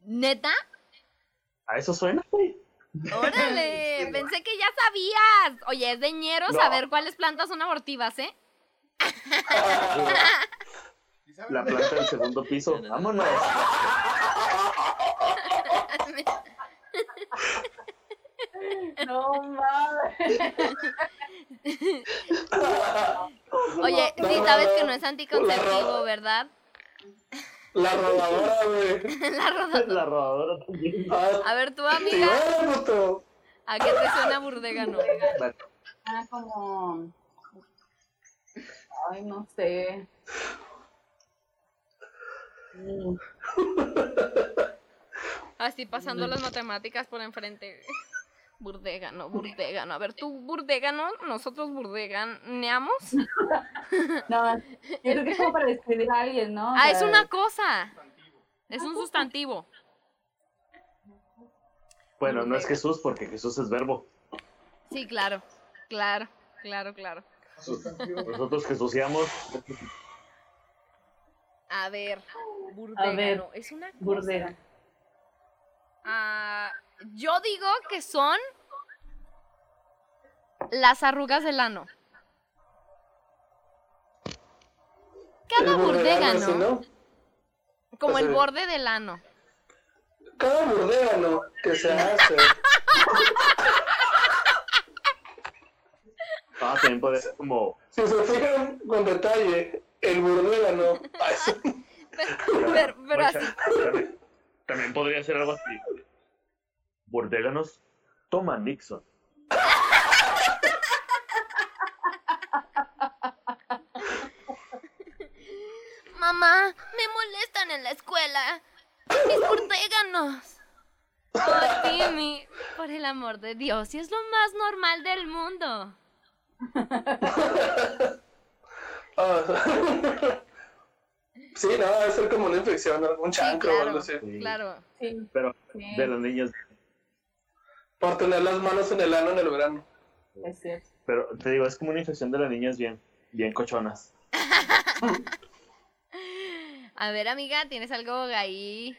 B: ¿Neta?
D: ¿A eso suena, güey?
B: ¡Órale! Pensé que ya sabías. Oye, es de ñero
D: No.
B: saber cuáles plantas son abortivas, ¿eh?
F: ¿Sí sabes?
D: La planta del segundo piso. Vámonos.
A: No mames.
B: Oye,
C: No,
B: sí
C: no,
B: sabes
C: no.
B: que no es anticonceptivo, ¿verdad?
C: La rodadora, güey.
B: La rodadora.
D: La rodadora también.
C: Ah,
B: A ver, tú,
C: sí,
B: amiga,
C: bueno, puto.
B: ¿a qué te suena burdégano?
D: La-
A: Ah, como. Ay, no sé. Mm,
B: Así pasando las matemáticas por enfrente. Burdégano, burdégano. A ver, tú, burdégano, nosotros burdeganeamos.
A: No, yo creo que es como para describir a alguien, ¿no? O
B: Ah,
A: sea,
B: es una cosa. Es un sustantivo.
D: Bueno, no es Jesús porque Jesús es verbo.
B: Sí, claro. Claro, claro, claro.
D: Nosotros jesuciamos.
B: A ver, burdégano. es una cosa.
A: Burdera.
B: Ah, yo digo que son las arrugas del ano. Cada
C: El
B: burdégano,
C: burdegano, ¿sí,
B: como el
C: Sí.
B: borde del ano.
C: no? Cada burdegano que se hace.
D: Ah, también puede ser como.
C: Si se fijan con detalle, el burdegano. Ay, sí.
B: Pero, pero- pero así,
D: También, también podría ser algo así. Burdéganos toma Nixon.
B: mamá, me molestan en la escuela. Mis burdeganos. Oh, Timmy, por el amor de Dios, y es lo más normal del mundo.
C: Ah. Sí, no, debe ser como una infección, un
B: Sí,
C: chancro o algo
B: claro,
C: así.
B: claro.
A: Sí,
D: Pero
A: sí,
D: de los niños.
C: Por tener las manos en el ano en el verano.
A: es cierto.
D: Pero te digo, es como una infección de las niñas bien, bien cochonas.
B: A ver, amiga, ¿tienes algo ahí?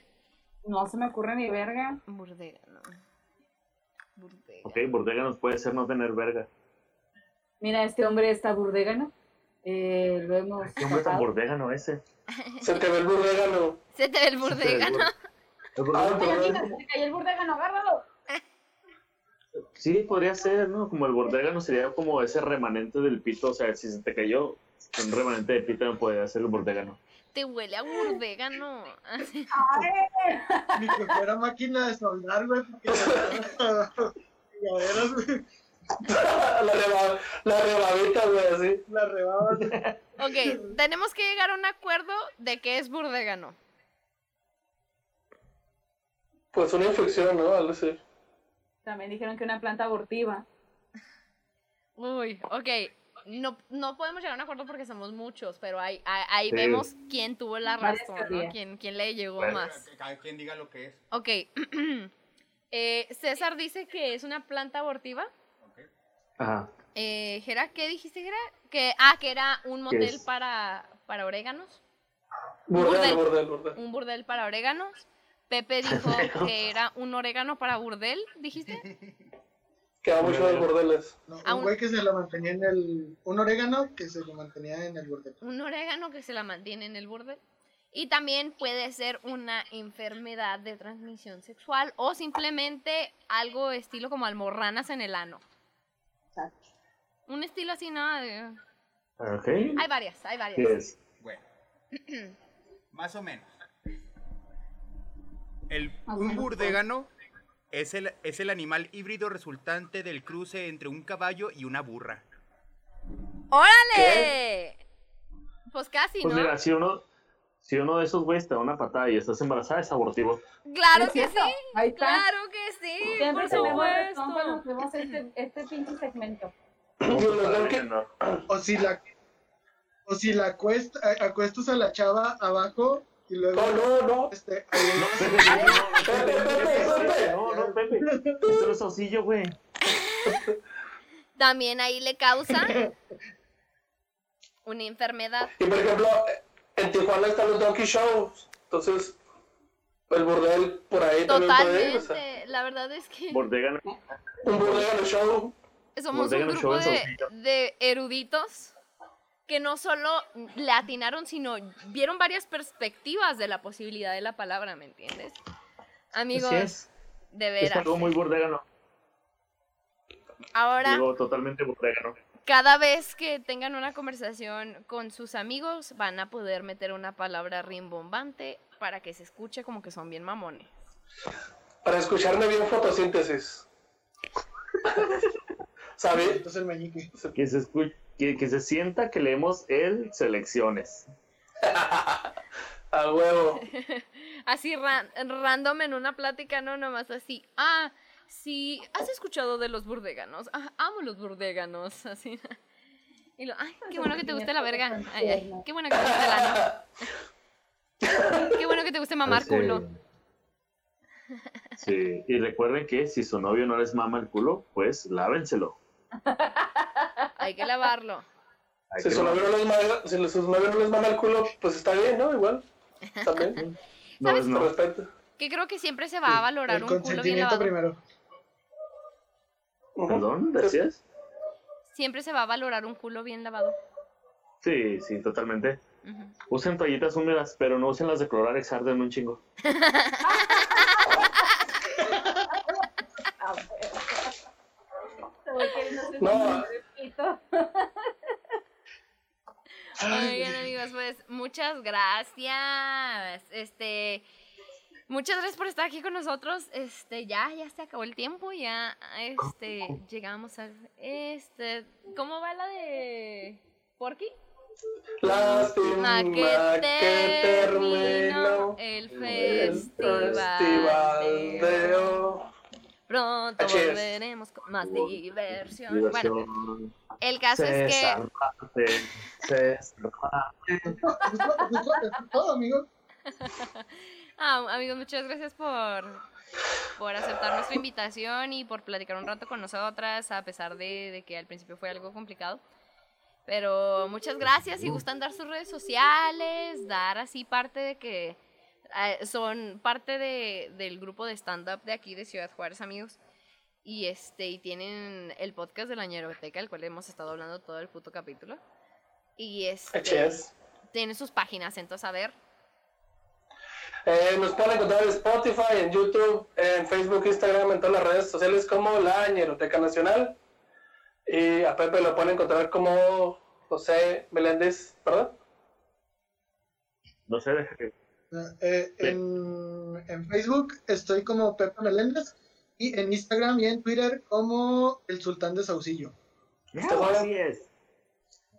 A: No se me ocurre ni verga.
B: Burdégano. Burdégano.
D: Ok, burdéganos puede ser no tener verga.
A: Mira, este hombre está burdégano. Eh, lo hemos.
D: ¿Qué Este hombre tan
A: tratado.
D: burdégano ese?
C: Se te ve el burdegano.
B: Se te ve el burdégano.
D: El
A: Ay,
D: burdégano, perdón.
A: amiga, se te cayó el burdégano, agárralo.
D: Sí, podría ser, ¿no? Como el bordégano sería como ese remanente del pito, o sea, si se te cayó un remanente de pito, no podría ser el bordégano.
B: Te huele a burdégano. Así.
E: Ni que fuera máquina de soldar, güey. Porque... Chingaderas, güey.
C: Ah, la, reba- la rebabita, güey, así.
E: La rebaba. güey.
B: Ok, tenemos que llegar a un acuerdo de qué es burdégano.
C: Pues una infección, ¿no? Algo así.
A: También dijeron que una planta abortiva.
B: Uy, ok. No, no podemos llegar a un acuerdo porque somos muchos, pero ahí, ahí, ahí
D: Sí.
B: vemos quién tuvo la
A: Varias
B: razón, ¿no?
A: teorías.
B: ¿Quién, quién le llegó
D: Bueno.
B: más.
F: Cada quien diga lo que es.
B: Ok. Eh, César dice que es una planta abortiva.
F: ¿ok?
D: Ajá.
B: Eh, Jera, ¿qué dijiste, Jera? Que, ah, que era un
D: ¿Qué
B: motel
D: es?
B: para, para oréganos. Burdel.
C: Burdel, burdel, burdel.
B: un burdel para oréganos. Pepe dijo que era un orégano para burdel, dijiste.
C: Que va mucho de los burdeles.
E: No,
B: Aún-
E: un güey que se lo mantenía en el. Un orégano que se lo mantenía en el burdel.
B: Un orégano que se la mantiene en el burdel. Y también puede ser una enfermedad de transmisión sexual o simplemente algo estilo como almorranas en el ano.
A: Exacto.
B: Un estilo así, ¿no? De-
D: Ok.
B: Hay varias, hay
D: ¿Qué
B: varias.
D: es?
F: Bueno. Más o menos. El,
A: o
F: un
A: menos.
F: burdégano es el, es el animal híbrido resultante del cruce entre un caballo y una burra.
B: ¡Órale! Pues casi,
D: Pues
B: ¿no?
D: mira, si uno, si uno de esos güeyes te da una patada y estás embarazada, es abortivo.
B: Claro
A: ¿Es
B: que
A: cierto?
B: sí,
A: Ahí está.
B: claro que sí,
A: Siempre
B: por
A: tenemos razón cuando
B: supuesto.
A: hacemos este, este pinche segmento.
D: Totalmente no.
E: O si la. O si la acuesta, a- acuestas a la chava abajo y luego.
C: No, Oh, no, no.
E: Este, ahí-
C: Pepe, Pepe, Pepe.
D: No, no, Pepe. Esto no es osillo, güey.
B: También ahí le causa Una enfermedad.
C: Y por ejemplo, en Tijuana están los donkey shows. Entonces, el burdel por ahí también puede ir. o sea,
B: Totalmente. La verdad es que
D: Bordega no-
C: un burdel en el show.
B: somos un
D: Bordega no
B: grupo
D: show en
B: de, de eruditos que no solo le atinaron, sino vieron varias perspectivas de la posibilidad de la palabra, ¿me entiendes? Amigos,
D: Así es.
B: de
D: Es
B: veras.
D: algo muy bordegano.
B: Ahora...
D: Digo, totalmente bordegano.
B: Cada vez que tengan una conversación con sus amigos, van a poder meter una palabra rimbombante para que se escuche como que son bien mamones.
C: Para escucharme bien fotosíntesis. ¿Sabes?
E: Entonces el meñique.
D: Que se, escu- que, que se sienta que leemos el Selecciones.
C: A huevo.
B: Así ran- random en una plática, no nomás así. Ah, sí, ¿has escuchado de los burdeganos? Ah, amo los burdeganos, así. Y lo, ay, qué bueno que te guste la verga. Ay, ay, qué bueno que te guste la Qué bueno que te guste mamar
D: Pues, eh,
B: culo.
D: Sí, y recuerden que si su novio no les mama el culo, pues lávenselo.
B: Hay que lavarlo.
D: Hay
C: Si
D: que
C: su
D: lavar-
C: novio no les mama, si sus novios no les mama el culo, pues está bien, ¿no? Igual. También.
D: no, es
C: Se
D: Pues no.
C: respeta.
B: Que creo que siempre se va a valorar
E: El
B: un culo bien
E: consentimiento
B: lavado.
E: primero.
C: Ujú.
D: Perdón, gracias.
B: Siempre se va a valorar un culo bien lavado.
D: Sí, sí, totalmente.
B: Ujú.
D: Usen toallitas húmedas, pero no usen las de Clorox, arden un chingo.
A: Ah, bueno. Se voy queriendo hacer
C: No.
A: un besito.
B: Oigan, amigos, pues muchas gracias. Este, muchas gracias por estar aquí con nosotros. Este, ya, ya se acabó el tiempo, ya, este, llegamos al, este, ¿cómo va la de Porky? Ma
C: Lástima que terminó
B: el
C: el
B: festival.
C: festival de
B: de-
C: hoy.
B: Pronto
C: Así es.
B: volveremos con más diversión. Bueno,
D: Diversión,
B: el caso es que
D: César Marte, César Marte.
E: Justo- justo- eso es Todo, amigo.
B: Ah, amigos, muchas gracias por, por aceptar nuestra invitación y por platicar un rato con nosotras, a pesar de, de que al principio fue algo complicado. Pero muchas gracias. Si gustan dar sus redes sociales, dar así parte de que eh, son parte de- del grupo de stand-up de aquí de Ciudad Juárez, amigos. Y, este, y tienen el podcast de la ñeroteca, el cual hemos estado hablando todo el puto capítulo. Y este,
C: Así es.
B: tienen sus páginas, entonces a ver.
C: Eh, nos pueden encontrar en Spotify, en YouTube, en Facebook, Instagram, en todas las redes sociales como la Ñeroteca Nacional. Y a Pepe lo pueden encontrar como José Meléndez, ¿verdad?
D: No sé, deja que-
E: Eh, en, en Facebook estoy como Pepe Meléndez y en Instagram y en Twitter como el Sultán de Saucillo.
D: Así es.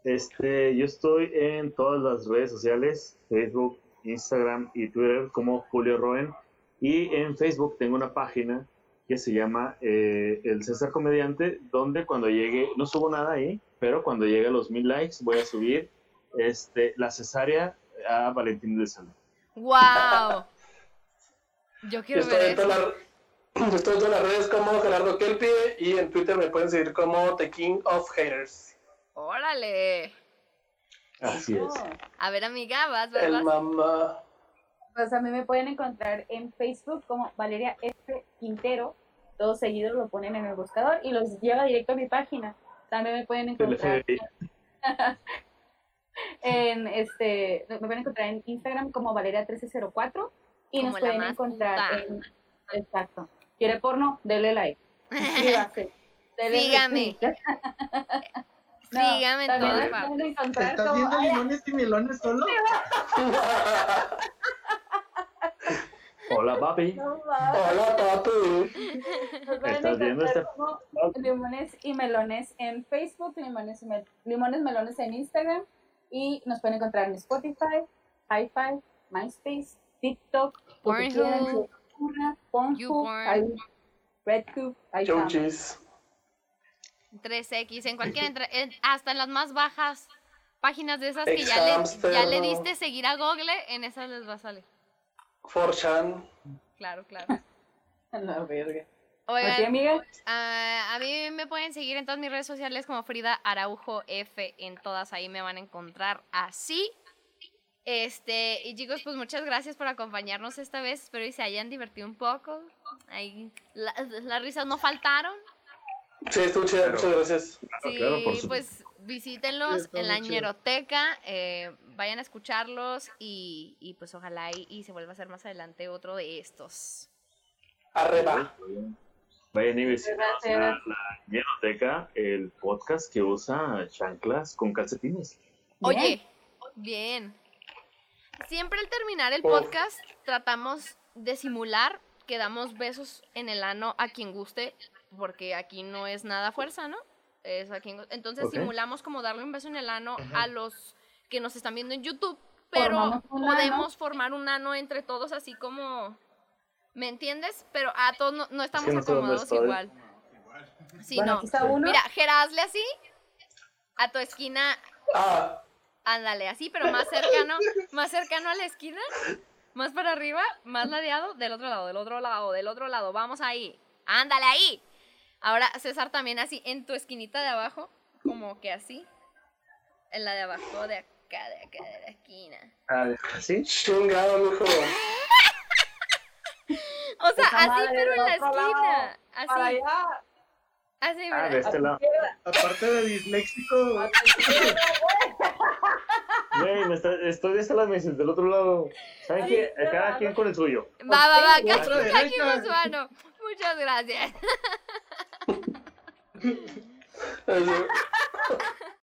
D: Este, yo estoy en todas las redes sociales, Facebook, Instagram y Twitter como Julio Roen. Y en Facebook tengo una página que se llama eh, El César Comediante, donde cuando llegue, no subo nada ahí, pero cuando llegue a los mil likes voy a subir este, la cesárea a Valentín del Salón.
B: ¡Wow! Yo
C: Yo
B: quiero
C: estoy, en
B: ver eso.
C: todas las- yo estoy en todas las redes como Gerardo Kelpie y en Twitter me pueden seguir como The King of Haters.
B: ¡Órale!
D: Así es.
B: A ver, amiga, vas, vas,
C: El
B: vas.
C: mamá.
A: Pues a mí me pueden encontrar en Facebook como Valeria F. Quintero. Todo seguido lo ponen en el buscador y los lleva directo a mi página. También me pueden
D: El
A: encontrar
D: FBI.
A: en este, me pueden encontrar en Instagram como Valeria 1304 y
B: Como
A: nos
B: la
A: pueden
B: más
A: encontrar
B: puta.
A: en exacto. ¿Quiere porno? Dele like. Suscríbase. Dele
B: Sígame.
A: retweet. No,
B: Sígame en
A: también
B: todas
A: nos
B: partes.
A: pueden
E: ¿Te
A: encontrar
E: estás
A: como
E: viendo
A: Ay,
E: limones y melones solo?
D: Hola, papi.
A: no mames.
C: Hola, papi.
A: Nos pueden
D: ¿Estás viendo
A: encontrar
D: este-
A: como Limones y melones en Facebook, limones, y mel- limones melones en Instagram y nos pueden encontrar en Spotify, Hi-Fi, MySpace, TikTok, lo que
B: Pornhub,
A: quieran, se les ocurra, Pornhub,
B: YouPorn.
A: ahí, RedTube, ahí estamos.
C: Chonchis.
B: 3X, en cualquier, entre- en- hasta en las más bajas páginas de esas que ya le,
C: Ex-hamster,
B: ya le
C: ¿no?
B: diste seguir a Google, en esas les va a salir.
C: 4chan.
B: Claro, claro.
A: A la verga. ¿A ti,
B: Oigan,
A: amiga?
B: ah, a mí me pueden seguir en todas mis redes sociales como Frida Araujo F. En todas ahí me van a encontrar así. Este, y chicos, pues muchas gracias por acompañarnos esta vez. Espero y se hayan divertido un poco. Ahí, la- las risas no faltaron.
C: Sí, estuvo chida,
D: Pero-
C: muchas gracias.
E: Ah,
B: Sí,
D: claro, por supuesto.
B: pues
E: Sí,
B: visítenlos
E: está
B: en la
E: muy chido.
B: ñeroteca, eh, vayan a escucharlos y, y pues ojalá y, y se vuelva a hacer más adelante otro de estos.
C: Arreba.
D: Vayan y visiten
A: Gracias.
D: la, la Ñeroteca, el podcast que usa chanclas con calcetines.
B: Oye, bien. Siempre al terminar el
C: Oh.
B: podcast tratamos de simular que damos besos en el ano a quien guste, porque aquí no es nada fuerza, ¿no? Es a quien gu- Entonces
D: Ok.
B: simulamos como darle un beso en el ano a los que nos están viendo en YouTube, pero
A: Formamos un ano.
B: podemos formar un ano entre todos así como... ¿Me entiendes? Pero a todos no, no estamos
D: que no ¿eh? sé dónde
B: acomodados
D: estoy.
B: igual. Sí,
A: bueno,
B: no.
A: aquí está uno.
B: Mira, Jera, hazle así a tu esquina
C: Ah,
B: Ándale, así, pero más cercano, más cercano a la esquina, más para arriba, más ladeado, del otro lado, del otro lado, del otro lado. Vamos ahí. Ándale ahí. Ahora, César, también así, en tu esquinita de abajo, como que así. En la de abajo, de acá, de acá, de la esquina.
D: A ver, ¿sí?
C: chingado, mijo.
B: O sea,
A: Esa
B: así,
A: madre
B: pero
A: del
B: en la
A: otro lado,
B: esquina.
A: Para
B: Así,
A: allá.
B: así,
D: Ah, de
B: ¿verdad?
D: este lado.
E: Aparte de disléxico,
A: a tu izquierda.
D: Güey, me está- estoy de este lado, me dicen, del otro lado. ¿Saben
A: Ay,
D: qué?
A: qué
D: Cada quien
A: raro.
D: con el suyo.
B: Va, va, va,
E: Por
B: caqui,
E: fin,
B: caqui
E: otra
B: con su mano. Muchas gracias.
C: Así.